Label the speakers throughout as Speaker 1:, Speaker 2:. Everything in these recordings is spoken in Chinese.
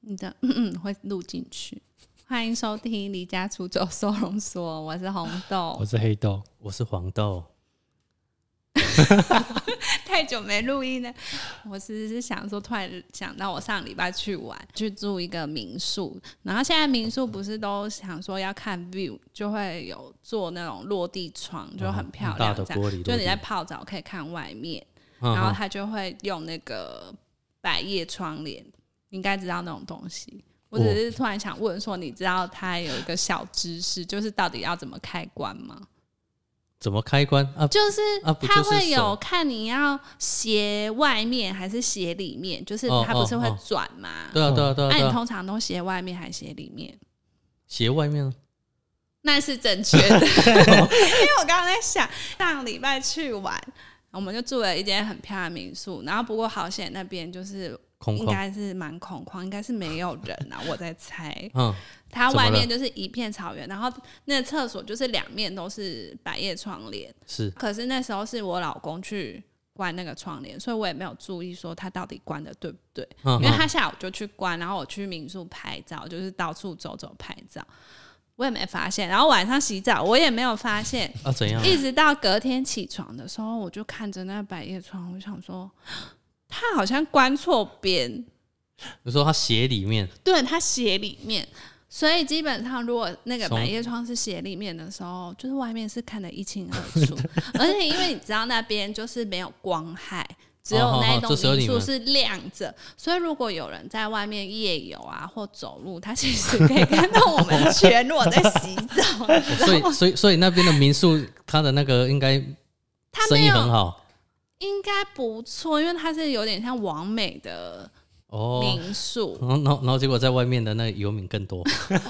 Speaker 1: 你的嗯嗯会录进去。欢迎收听《离家出走收容所》，我是红豆
Speaker 2: 我，是黑豆，
Speaker 3: 我是黄豆，
Speaker 1: 太久没录音了。我其实是想说，突然想到我上礼拜去玩，去住一个民宿，然后现在民宿不是都想说要看 view，就会有做那种落地窗，就很漂
Speaker 3: 哦嗯大
Speaker 1: 亮，
Speaker 3: 的
Speaker 1: 这样
Speaker 3: 玻璃落地，
Speaker 1: 就你在泡澡可以看外面，
Speaker 3: 嗯，
Speaker 1: 然后
Speaker 3: 然
Speaker 1: 他就会用那个百叶窗帘，你应该知道那种东西。我只是突然想问说，你知道它有一个小知识，就是到底要怎么开关吗？
Speaker 3: 怎么开关啊？
Speaker 1: 就是
Speaker 3: 啊不就
Speaker 1: 它
Speaker 3: 是
Speaker 1: 会有
Speaker 3: 手
Speaker 1: 看你要斜外面还是斜里面，就是
Speaker 3: 哦
Speaker 1: 它不是
Speaker 3: 哦
Speaker 1: 会
Speaker 3: 哦
Speaker 1: 转吗？
Speaker 3: 对啊，对啊，对啊，
Speaker 1: 嗯那
Speaker 3: 对
Speaker 1: 你
Speaker 3: 啊，
Speaker 1: 通常都斜外面还是斜里面？
Speaker 3: 斜外面啊
Speaker 1: 那是正确 的，因为我刚刚在想，上礼拜去玩，我们就住了一间很漂亮的民宿，然后不过好险那边就是
Speaker 3: 空
Speaker 1: 应
Speaker 3: 旷，
Speaker 1: 该是蛮恐慌，应该是没有人啊，我在 猜。
Speaker 3: 嗯，
Speaker 1: 它
Speaker 3: 怎么
Speaker 1: 外
Speaker 3: 了
Speaker 1: 面就是一片草原，然后那厕所就是两面都是百叶窗帘。
Speaker 3: 是
Speaker 1: 可是那时候是我老公去关那个窗帘，所以我也没有注意说他到底关的对不对。
Speaker 3: 嗯，
Speaker 1: 因为
Speaker 3: 嗯
Speaker 1: 他下午就去关，然后我去民宿拍照，就是到处走走拍照，我也没发现。然后晚上洗澡，我也没有发现。
Speaker 3: 啊怎样啊？
Speaker 1: 一直到隔天起床的时候，我就看着那个百叶窗，我想说， 他好像关错边，
Speaker 3: 你说它斜里 面，
Speaker 1: 对，它斜里面。所以基本上，如果那个
Speaker 3: 从
Speaker 1: 百叶窗是斜里面的时候，就是外面是看得一清二 楚，而且因为你知道那边就是没有光害，只有
Speaker 3: 哦
Speaker 1: 那一
Speaker 3: 哦
Speaker 1: 栋
Speaker 3: 这时候
Speaker 1: 民
Speaker 3: 你
Speaker 1: 宿
Speaker 3: 们
Speaker 1: 是亮着，所以如果有人在外面夜游啊或走路，他其实可以看到我们全裸在洗澡，
Speaker 3: 哦所以所以所以那边的民宿，它的那个应该
Speaker 1: 他
Speaker 3: 生
Speaker 1: 没
Speaker 3: 意很
Speaker 1: 有，
Speaker 3: 好
Speaker 1: 应该不错，因为它是有点像完美的
Speaker 3: 哦。
Speaker 1: 民宿。
Speaker 3: 然后，然后，然后，结果在外面的那个游民更 多，哦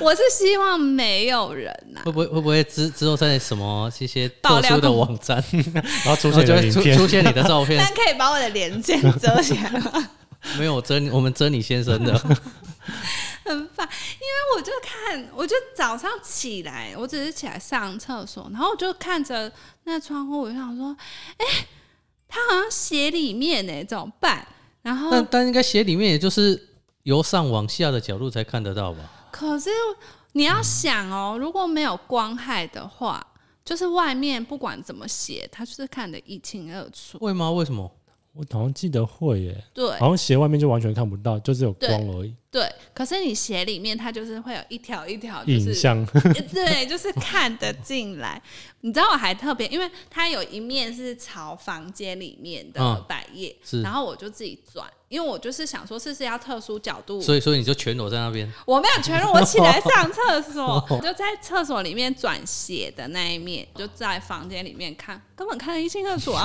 Speaker 1: 我是希望没有人啊 呐、
Speaker 3: 会不会会不会之之后在什么一些
Speaker 1: 爆
Speaker 3: 特
Speaker 1: 料
Speaker 3: 殊的
Speaker 1: 公
Speaker 3: 网站，
Speaker 2: 然 后出
Speaker 3: 然后
Speaker 2: 现
Speaker 3: 就
Speaker 2: 了
Speaker 3: 会
Speaker 2: 影
Speaker 3: 出
Speaker 2: 片，
Speaker 3: 出现你的照 片
Speaker 1: 但？可以把我的脸尖遮起来吗？
Speaker 3: 没有，我遮你，我们遮你先生的，
Speaker 1: 很烦，因为我就看，我就早上起来，我只是起来上厕所，然后我就看着那窗户，我就想说，哎、它好像斜里面呢、怎么办？然后
Speaker 3: 但但应该斜里面，也就是由上往下的角度才看得到吧？
Speaker 1: 可是你要想哦，如果没有光害的话，就是外面不管怎么斜，它就是看得一清二楚。
Speaker 3: 会吗？为什么？
Speaker 2: 我好像记得会耶，
Speaker 1: 对
Speaker 2: 好像斜外面就完全看不到，就只有
Speaker 1: 对
Speaker 2: 光而已，
Speaker 1: 对，可是你斜里面，它就是会有一条一条，啊就
Speaker 2: 影
Speaker 1: 是
Speaker 2: 像
Speaker 1: 对，就是看得进来。你知道我还特别，因为它有一面是朝房间里面的
Speaker 3: 嗯
Speaker 1: 百叶，
Speaker 3: 是
Speaker 1: 然后我就自己转，因为我就是想说，是不是要特殊角度？
Speaker 3: 所以，所以你就全裸在那边，
Speaker 1: 我没有全裸，我起来上厕所， 我就在厕所里面转斜的那一面，就在房间里面看，根本看得一清二楚啊，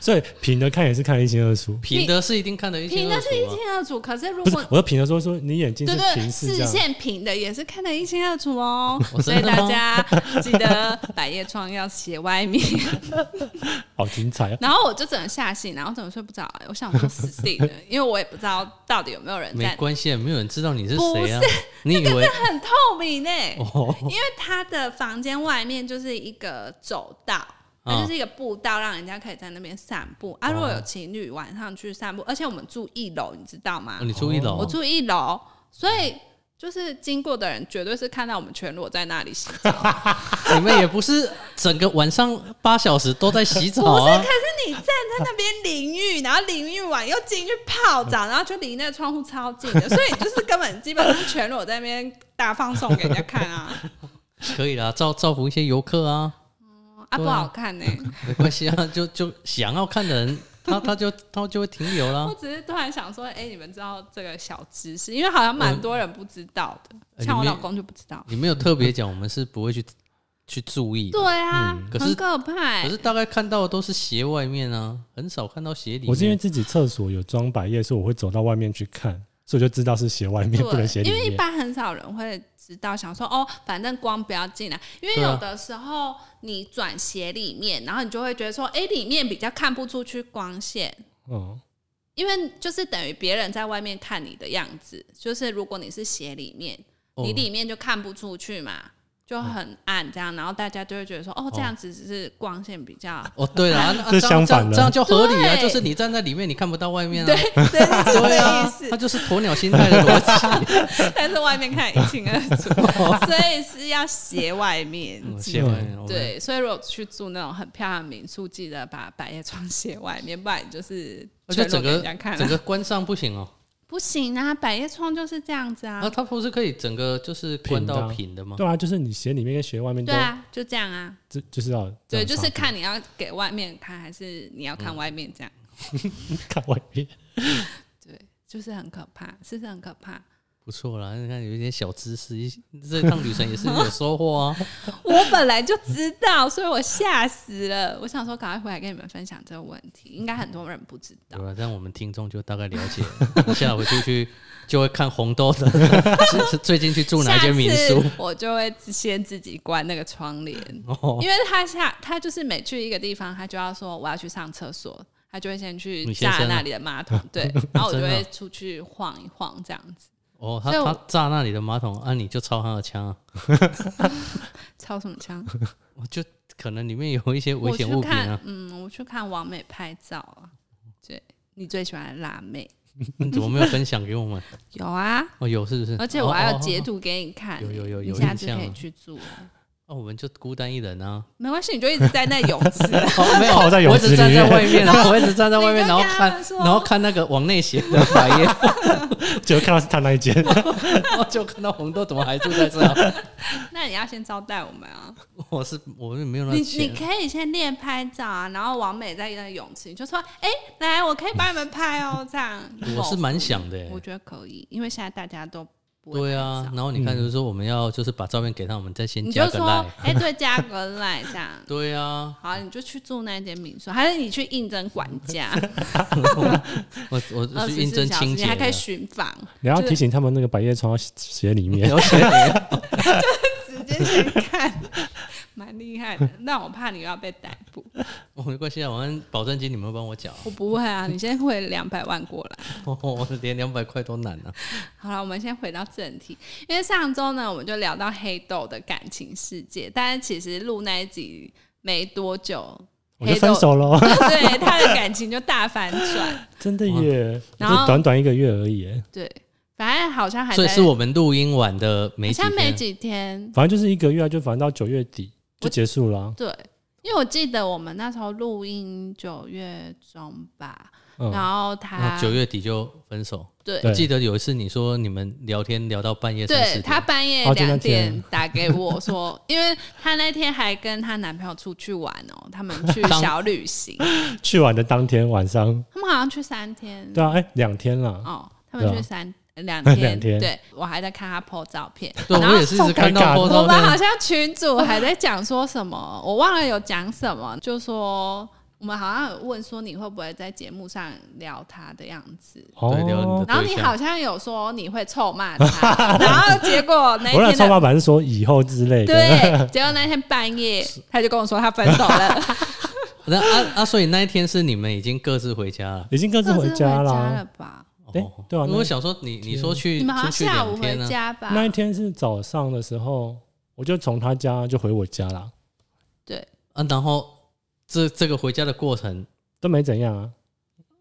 Speaker 2: 所以平的看也是看得一清二楚。
Speaker 3: 平的是一定看得一清
Speaker 1: 平
Speaker 3: 二
Speaker 1: 的
Speaker 3: 楚
Speaker 1: 是一
Speaker 3: 嘛
Speaker 1: 清二楚。可是如
Speaker 2: 不是
Speaker 1: 果，
Speaker 2: 我说平的说说你眼睛
Speaker 1: 对
Speaker 2: 是
Speaker 1: 对，
Speaker 2: 平视这
Speaker 1: 视
Speaker 2: 样，
Speaker 1: 线平的也是看得一清二楚哦，
Speaker 3: 哦
Speaker 1: 所以
Speaker 3: 真的
Speaker 1: 大
Speaker 3: 吗
Speaker 1: 家记得百叶窗要斜外面。
Speaker 2: 好精彩啊！
Speaker 1: 然后我就整个吓醒，然后整个睡不着、啊我想说死定了，因为我也不知道到底有没有人
Speaker 3: 没
Speaker 1: 在，
Speaker 3: 关系，啊没有人知道你是
Speaker 1: 不
Speaker 3: 谁啊。 你以为
Speaker 1: 很透明呢、
Speaker 3: 哦
Speaker 1: 因为他的房间外面就是一个走道。
Speaker 3: 嗯
Speaker 1: 它就是一个步道，让人家可以在那边散步啊。如
Speaker 3: 哦
Speaker 1: 果有情侣晚上去散步，而且我们住一楼，你知道吗？
Speaker 3: 你注意了
Speaker 1: 我
Speaker 3: 哦？
Speaker 1: 住一楼，所以就是经过的人绝对是看到我们全裸在那里洗澡。
Speaker 3: 你们也不是整个晚上八小时都在洗澡
Speaker 1: 不是，
Speaker 3: 啊
Speaker 1: 可？是你站在那边淋浴，然后淋浴完又进去泡澡，然后就离那个窗户超近 的，所以你就是根本基本上全裸在那边大放送给人家看啊，
Speaker 3: 可以啦，造造福一些游客啊，
Speaker 1: 啊不
Speaker 3: 对啊
Speaker 1: 好看 呢、
Speaker 3: 没关系啊， 就就想要看的人，他他就他就会停留啦
Speaker 1: 我。只是突然想说，哎、你们知道这个小知识，因为好像蛮多人不知道的，
Speaker 3: 嗯呃
Speaker 1: 像我
Speaker 3: 你
Speaker 1: 老
Speaker 3: 们
Speaker 1: 公就不知道。
Speaker 3: 你没有特别讲，我们是不会去去注意的。
Speaker 1: 对啊，
Speaker 3: 嗯可是
Speaker 1: 很可怕、欸
Speaker 3: 可是大概看到的都是斜外面啊，很少看到斜里面。啊
Speaker 2: 我是因为自己厕所有装百叶，所以我会走到外面去看，所以我就知道是斜外面，不能斜
Speaker 1: 对，
Speaker 2: 里
Speaker 1: 因为一
Speaker 2: 面。
Speaker 1: 般很少人会知道，想说哦，反正光不要进来，因为
Speaker 3: 对啊
Speaker 1: 有的时候你转斜里面，然后你就会觉得说，哎、里面比较看不出去光线。
Speaker 2: 嗯，
Speaker 1: 因为就是等于别人在外面看你的样子，就是如果你是斜里面，
Speaker 3: 哦
Speaker 1: 你里面就看不出去嘛。就很暗这样，然后大家就会觉得说，哦，这样子只是光线比较，
Speaker 3: 哦，对啦，那
Speaker 2: 这
Speaker 3: 这样
Speaker 2: 相反
Speaker 3: 这样
Speaker 2: 了
Speaker 3: 这样就合理啊，
Speaker 1: 对
Speaker 3: 就是你站在里面，你看不到外面
Speaker 1: 对
Speaker 3: 啊，
Speaker 1: 对，是这
Speaker 3: 对
Speaker 1: 个意
Speaker 3: 啊
Speaker 1: 思，。
Speaker 3: 它就是鸵鸟心态的逻 辑，
Speaker 1: 但是外面看得一清二楚， 所以是要斜外面。
Speaker 3: 嗯斜外面，我们
Speaker 1: 对，所以如果去住那种很漂亮的民宿，记得把百叶窗斜外面，不然就是
Speaker 3: 而且
Speaker 1: 全
Speaker 3: 整
Speaker 1: 裸给
Speaker 3: 个
Speaker 1: 人家看啊
Speaker 3: 整
Speaker 1: 了。
Speaker 3: 个关上不行哦，
Speaker 1: 不行啊，百叶窗就是这样子啊
Speaker 3: 啊，。它不是可以整个就是关到平的吗？
Speaker 2: 对啊，就是你鞋里面跟鞋外面都
Speaker 1: 对，啊，就这样啊。
Speaker 2: 就就是要这
Speaker 1: 对，
Speaker 2: 样
Speaker 1: 就是
Speaker 2: 差别
Speaker 1: 看你要给外面看，还是你要看外面这样。
Speaker 3: 嗯
Speaker 2: 看外面。
Speaker 1: 对，就是很可怕，是不是很可怕？
Speaker 3: 不错啦，你看有一点小知识，一这趟旅程也是有收获 啊。
Speaker 1: 我本来就知道，所以我吓死了。我想说，赶快回来跟你们分享这个问题，应该很多人不知道
Speaker 3: 有。了，让啊我们听众就大概了解， 下回出去就会看红豆的， 是是最近去住哪一间民宿
Speaker 1: 下次我就会先自己关那个窗帘，
Speaker 3: 哦。
Speaker 1: 因为他下他就是每去一个地方，他就要说我要去上厕所，他就会先去
Speaker 3: 你先
Speaker 1: 炸
Speaker 3: 生啊
Speaker 1: 那里的马 桶，对，然后我就
Speaker 3: 真的
Speaker 1: 会
Speaker 3: 啊
Speaker 1: 出去晃一晃这样子，
Speaker 3: 哦，他
Speaker 1: 所以我
Speaker 3: 他炸那里的马桶，啊，你就抄他的枪、啊，
Speaker 1: 超什么枪？
Speaker 3: 我就可能里面有一些 危
Speaker 1: 我
Speaker 3: 险
Speaker 1: 去
Speaker 3: 物品
Speaker 1: 看
Speaker 3: 啊，，
Speaker 1: 嗯，我去看王美拍照啊，对你最喜欢的辣妹
Speaker 3: 你怎么没有分享给我们？
Speaker 1: 有啊，
Speaker 3: 哦，有是不是？
Speaker 1: 而且我还
Speaker 3: 哦
Speaker 1: 有截。图给你看、
Speaker 3: 有有有
Speaker 1: 你
Speaker 3: 有
Speaker 1: 下
Speaker 3: 印
Speaker 1: 次
Speaker 3: 象
Speaker 1: 可以
Speaker 3: 啊
Speaker 1: 去住哦，
Speaker 3: 哦哦哦哦，我们就孤单一人 啊。
Speaker 1: 没关系，你就一直在那泳池啊、
Speaker 3: 哦，没有，
Speaker 2: 泡在泳
Speaker 3: 我一直
Speaker 2: 池里
Speaker 3: 站在
Speaker 2: 面
Speaker 3: 外面，啊我一直站在外面，
Speaker 1: 你
Speaker 3: 然
Speaker 1: 就
Speaker 3: 后
Speaker 1: 跟他
Speaker 3: 看，
Speaker 1: 说
Speaker 3: 然后看那个往内斜的百叶，
Speaker 2: 结果看到是他那一 间，
Speaker 3: 然后就看到红豆怎么还住在这啊？
Speaker 1: 那你要先招待我们啊。
Speaker 3: 我是我是没有那
Speaker 1: 你
Speaker 3: 钱
Speaker 1: 你，可以先练拍照啊，然后王美在那泳池，你就说：“哎、来，我可以帮你们拍哦。”这样，
Speaker 3: 我是蛮想的
Speaker 1: 然
Speaker 3: 欸
Speaker 1: 后我觉得可以，因为现在大家都不会
Speaker 3: 对
Speaker 1: 拍
Speaker 3: 啊，
Speaker 1: 照
Speaker 3: 然后你
Speaker 2: 嗯
Speaker 3: 看，就是说我们要就是把照片给他，我们再先
Speaker 1: 你
Speaker 3: 加
Speaker 1: 就
Speaker 3: 个
Speaker 1: 说
Speaker 3: like。：“
Speaker 1: 哎、对，加个 like 这样。
Speaker 3: 对啊”，
Speaker 1: 好，你就去住那间民宿，还是你去应征管家，
Speaker 3: 我我
Speaker 1: 二
Speaker 3: 我
Speaker 1: 十
Speaker 3: 去应
Speaker 1: 四
Speaker 3: 征
Speaker 1: 小时，
Speaker 3: 清
Speaker 1: 你
Speaker 3: 洁
Speaker 1: 还可以
Speaker 3: 的，
Speaker 1: 巡访，
Speaker 2: 你要
Speaker 1: 就是
Speaker 2: 提醒他们那个百叶窗要鞋里 面。
Speaker 3: 了 解
Speaker 1: 直接去看，蛮厉害的。那我怕你又要被逮捕，
Speaker 3: 我没关系啊，反正保证金你们帮我缴，
Speaker 1: 我不会啊，你先汇两百万过来。
Speaker 3: 我连两百块都难啊。
Speaker 1: 好了，我们先回到正题，因为上周呢，我们就聊到黑豆的感情世界，但是其实录那一集没多久，
Speaker 2: 我就分手了，
Speaker 1: 黑豆， 对他的感情就大反转，
Speaker 2: 真的耶！就
Speaker 1: 然后
Speaker 2: 短短一个月而已耶，
Speaker 1: 对，反正好像还在
Speaker 3: 所以是我们录音晚的没
Speaker 1: 好
Speaker 3: 几
Speaker 1: 像没
Speaker 3: 天，
Speaker 1: 几天，
Speaker 2: 反正就是一个月啊，就反正到九月底就结束了啊。
Speaker 1: 对，因为我记得我们那时候录音九月中吧，
Speaker 2: 嗯，
Speaker 1: 然后
Speaker 3: 那
Speaker 1: 他
Speaker 3: 哦九月底就分手。
Speaker 1: 对
Speaker 2: 对
Speaker 3: 我记得有一次你说你们聊天聊到半夜三
Speaker 1: 对
Speaker 3: 四
Speaker 1: 她
Speaker 3: 点，
Speaker 1: 半夜
Speaker 2: 哦就那
Speaker 1: 两
Speaker 2: 天
Speaker 1: 点打给我说， 因为她那天还跟她男朋友出去玩哦，他们去
Speaker 3: 当
Speaker 1: 小旅行，
Speaker 2: 去完的当天晚上，
Speaker 1: 他们好像去三天，
Speaker 2: 对啊，哎，两天啦，
Speaker 1: 哦，他们
Speaker 2: 对
Speaker 1: 去
Speaker 2: 啊
Speaker 1: 三两
Speaker 2: 两
Speaker 1: 天，
Speaker 2: 天
Speaker 1: 对我还在看他 po 照片，
Speaker 3: 对
Speaker 1: 然
Speaker 3: 我
Speaker 1: 后
Speaker 3: 也是一直看
Speaker 2: 尴尬
Speaker 3: 到播
Speaker 2: 的
Speaker 1: 我
Speaker 3: 到
Speaker 1: 们好
Speaker 3: 那
Speaker 1: 像群主还在讲说什么，我忘了有讲什么，就说我们好像有问说你会不会在节目上聊他的样子。
Speaker 2: 哦
Speaker 3: 对聊你的
Speaker 1: 然后
Speaker 3: 对
Speaker 1: 你
Speaker 3: 象
Speaker 1: 好像有说你会臭骂 他，然后结果那一
Speaker 2: 我那
Speaker 1: 天
Speaker 2: 超
Speaker 1: 的
Speaker 2: 老板是说以后之类的，
Speaker 1: 对，结果那天半夜他就跟我说他分手了，
Speaker 3: 那啊啊，所以那一天是你们已经各自回家了。
Speaker 2: 已经各
Speaker 1: 各
Speaker 2: 自
Speaker 1: 自
Speaker 2: 回家
Speaker 1: 了
Speaker 2: 啦。
Speaker 1: 吧？
Speaker 2: 哎
Speaker 3: 哦
Speaker 2: 对啊
Speaker 3: 因
Speaker 2: 那
Speaker 3: 为我想说你你说去
Speaker 1: 你们好像
Speaker 3: 出去
Speaker 1: 下午
Speaker 3: 两
Speaker 1: 回
Speaker 3: 天啊呢，
Speaker 1: 家吧？
Speaker 2: 那一天是早上的时候，我就从他家就回我家啦，
Speaker 3: 啊，然后这这个回家的过程
Speaker 2: 都没怎样啊。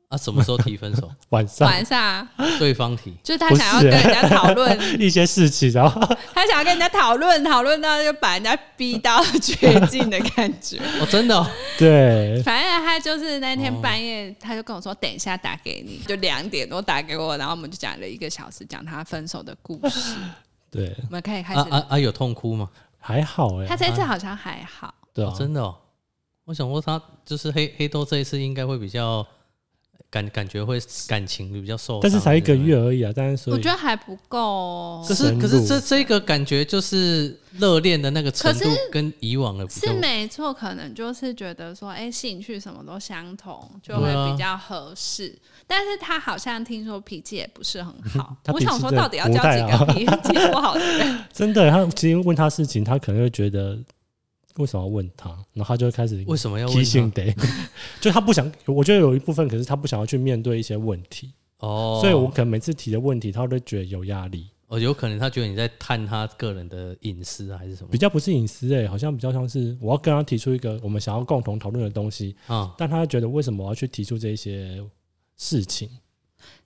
Speaker 3: 啊，什么时候提 分手？
Speaker 2: 晚上
Speaker 1: 晚上啊
Speaker 3: 对方提。
Speaker 1: 就是他
Speaker 2: 不
Speaker 1: 想要
Speaker 2: 是
Speaker 1: 跟人家讨论
Speaker 2: 一些事情，然后
Speaker 1: 他想要跟人家讨论，讨论到就把人家逼到绝境的感 觉。
Speaker 3: 哦，真的哦、
Speaker 2: 对，
Speaker 1: 反正他就是那天半夜，他就跟我说：“等一下打给你。”就两点多打给我，然后我们就讲了一个小时，讲他分手的故 事。
Speaker 2: 对，
Speaker 1: 我们可以开始。
Speaker 3: 啊啊啊！有痛哭吗？
Speaker 2: 还好哎、
Speaker 1: 他这次好像还好，
Speaker 2: 对啊
Speaker 3: 哦，真的、哦。我想说，他就是黑黑豆这一次应该会比较感感觉会感情比较受伤，
Speaker 2: 但是才一个
Speaker 3: 对不对
Speaker 2: 月。而已啊，但是所
Speaker 1: 我
Speaker 2: 以
Speaker 1: 觉得还不够、哦。
Speaker 3: 可
Speaker 2: 深
Speaker 3: 是
Speaker 2: 入
Speaker 3: 可是这这个感觉就是热恋的那个程度
Speaker 1: 可
Speaker 3: 跟以往的比较
Speaker 1: 是没错，可能就是觉得说，哎、兴趣什么都相同，就会
Speaker 3: 对啊
Speaker 1: 比较合适。但是他好像听说脾气也不是很好
Speaker 2: ，他
Speaker 1: 我
Speaker 2: 脾气
Speaker 1: 想说，
Speaker 2: 真的
Speaker 1: 到底要
Speaker 2: 不
Speaker 1: 交
Speaker 2: 太
Speaker 1: 几
Speaker 2: 好
Speaker 1: 个 脾气不好的人？
Speaker 2: 真的，他其实问他事情，他可能会觉得为什么要问他，然后他就会开始
Speaker 3: 为什么要
Speaker 2: 提
Speaker 3: 问
Speaker 2: 醒
Speaker 3: 他？
Speaker 2: 得， 就他不想，我觉得有一部分可是他不想要去面对一些问题，
Speaker 3: 哦，
Speaker 2: 所以我可能每次提的问题，他都觉得有压力。
Speaker 3: 哦，有可能他觉得你在探他个人的隐私啊还是什么
Speaker 2: 比较不是隐私诶、好像比较像是我要跟他提出一个我们想要共同讨论的东西，
Speaker 3: 啊？
Speaker 2: 但他觉得为什么我要去提出这一些事情？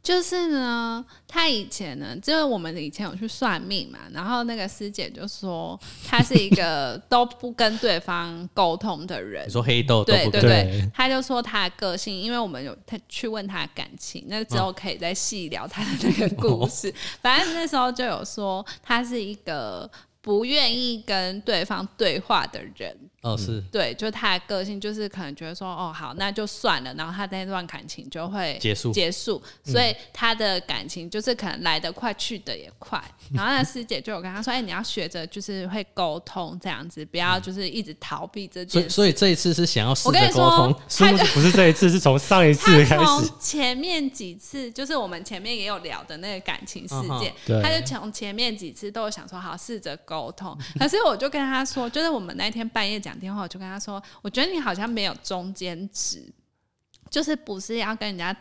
Speaker 1: 就是呢，他以前呢，就是我们以前有去算命嘛，然后那个师姐就说他是一个 都不跟对方沟通的人
Speaker 3: 你，说黑豆都
Speaker 1: 对
Speaker 3: 不
Speaker 1: 对
Speaker 3: 跟
Speaker 2: 对
Speaker 1: 对，他就说他的个性，因为我们有他去问他的感情，那之
Speaker 3: 哦
Speaker 1: 后可以再细聊他的那个故 事。反正那时候就有说他是一个不愿意跟对方对话的人，
Speaker 3: 哦是
Speaker 1: 对，就他的个性就是可能觉得说哦好，那就算了，然后他那段感情就会
Speaker 3: 结束嗯
Speaker 1: 结束，所以他的感情就是可能来得快，去得也快。然后那师姐就有跟他说，哎、你要学着就是会沟通这样子，不要就是一直逃避这
Speaker 3: 嗯所
Speaker 1: 件
Speaker 3: 以
Speaker 1: 事。
Speaker 3: 所以这一次是想要试
Speaker 1: 我跟
Speaker 3: 着
Speaker 1: 你
Speaker 3: 沟
Speaker 1: 说
Speaker 3: 通，，
Speaker 2: 是
Speaker 1: 他
Speaker 2: 不是不是这一次，是从上一次
Speaker 1: 他
Speaker 2: 开始
Speaker 1: 从前面几次，就是我们前面也有聊的那个感情事件，
Speaker 2: 嗯哼对
Speaker 1: 他就从前面几次都有想说好试着沟通， 可是我就跟他说，就是我们那天半夜讲电话，我就跟他说，我觉得你好像没有中间值，就是不是要跟人家。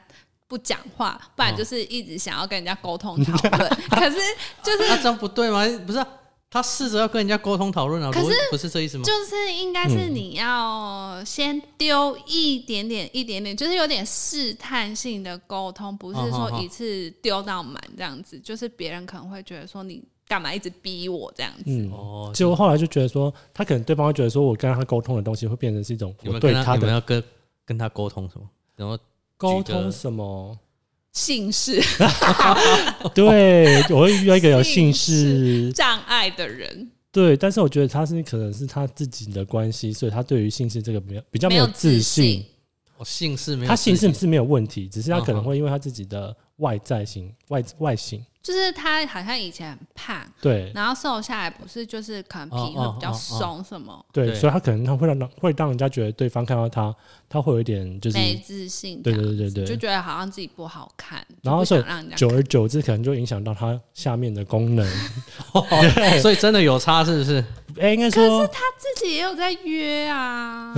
Speaker 1: 不讲话，不然就是一直想要跟人家沟通讨 论。可是就是
Speaker 3: 那、这样不对吗？不是啊、他试着要跟人家沟通讨论啊，
Speaker 1: 可是
Speaker 3: 不不是这意思吗？
Speaker 1: 就是应该是你要先丢一点点、一点点，就是有点试探性的沟通，不是说一次丢到满这样
Speaker 2: 嗯
Speaker 1: 子，就是别人可能会觉得说你干嘛一直逼我这样子。
Speaker 2: 嗯。
Speaker 3: 哦，
Speaker 2: 结果后来就觉得说，他可能对方会觉得说我跟他沟通的东西会变成是一种
Speaker 3: 你
Speaker 2: 我
Speaker 3: 们
Speaker 2: 对
Speaker 3: 跟他
Speaker 2: 他
Speaker 3: 你们
Speaker 2: 的
Speaker 3: 要跟跟他沟通什么？然后
Speaker 2: 沟
Speaker 3: 举个
Speaker 2: 通 什么？
Speaker 1: 姓氏
Speaker 2: 对，我会遇到一个有
Speaker 1: 姓
Speaker 2: 姓氏，
Speaker 1: 障碍的人
Speaker 2: 对，但是我觉得他是可能是他自己的关系，所以他对于姓氏这个比较比较
Speaker 1: 没
Speaker 2: 没有
Speaker 1: 自
Speaker 2: 自信。，
Speaker 3: 我姓氏没有
Speaker 2: 他
Speaker 3: 自信，
Speaker 2: 姓氏是没有问题，只是他可
Speaker 3: 嗯
Speaker 2: 能
Speaker 3: 哼
Speaker 2: 会因为他自己的外在型、外外形，
Speaker 1: 就是他好像以前很胖，
Speaker 2: 对哦
Speaker 1: 然后瘦下来不是就是可能皮会比较松，什么
Speaker 2: 对，
Speaker 3: 对
Speaker 2: 所以他可能他会让会让人家觉得对方看到他，他会有一点就是，
Speaker 1: 没自信这
Speaker 2: 对
Speaker 1: 样，
Speaker 2: 对对对
Speaker 1: 就
Speaker 2: 对，
Speaker 1: 觉得好像自己不好看，
Speaker 2: 然后
Speaker 1: 就不
Speaker 2: 所以
Speaker 1: 想让人家
Speaker 2: 久而久之可能就影响到他下面的 功能。
Speaker 3: 所以真的有差是不是？
Speaker 2: 哎、应该说
Speaker 1: 自己也有在约 啊。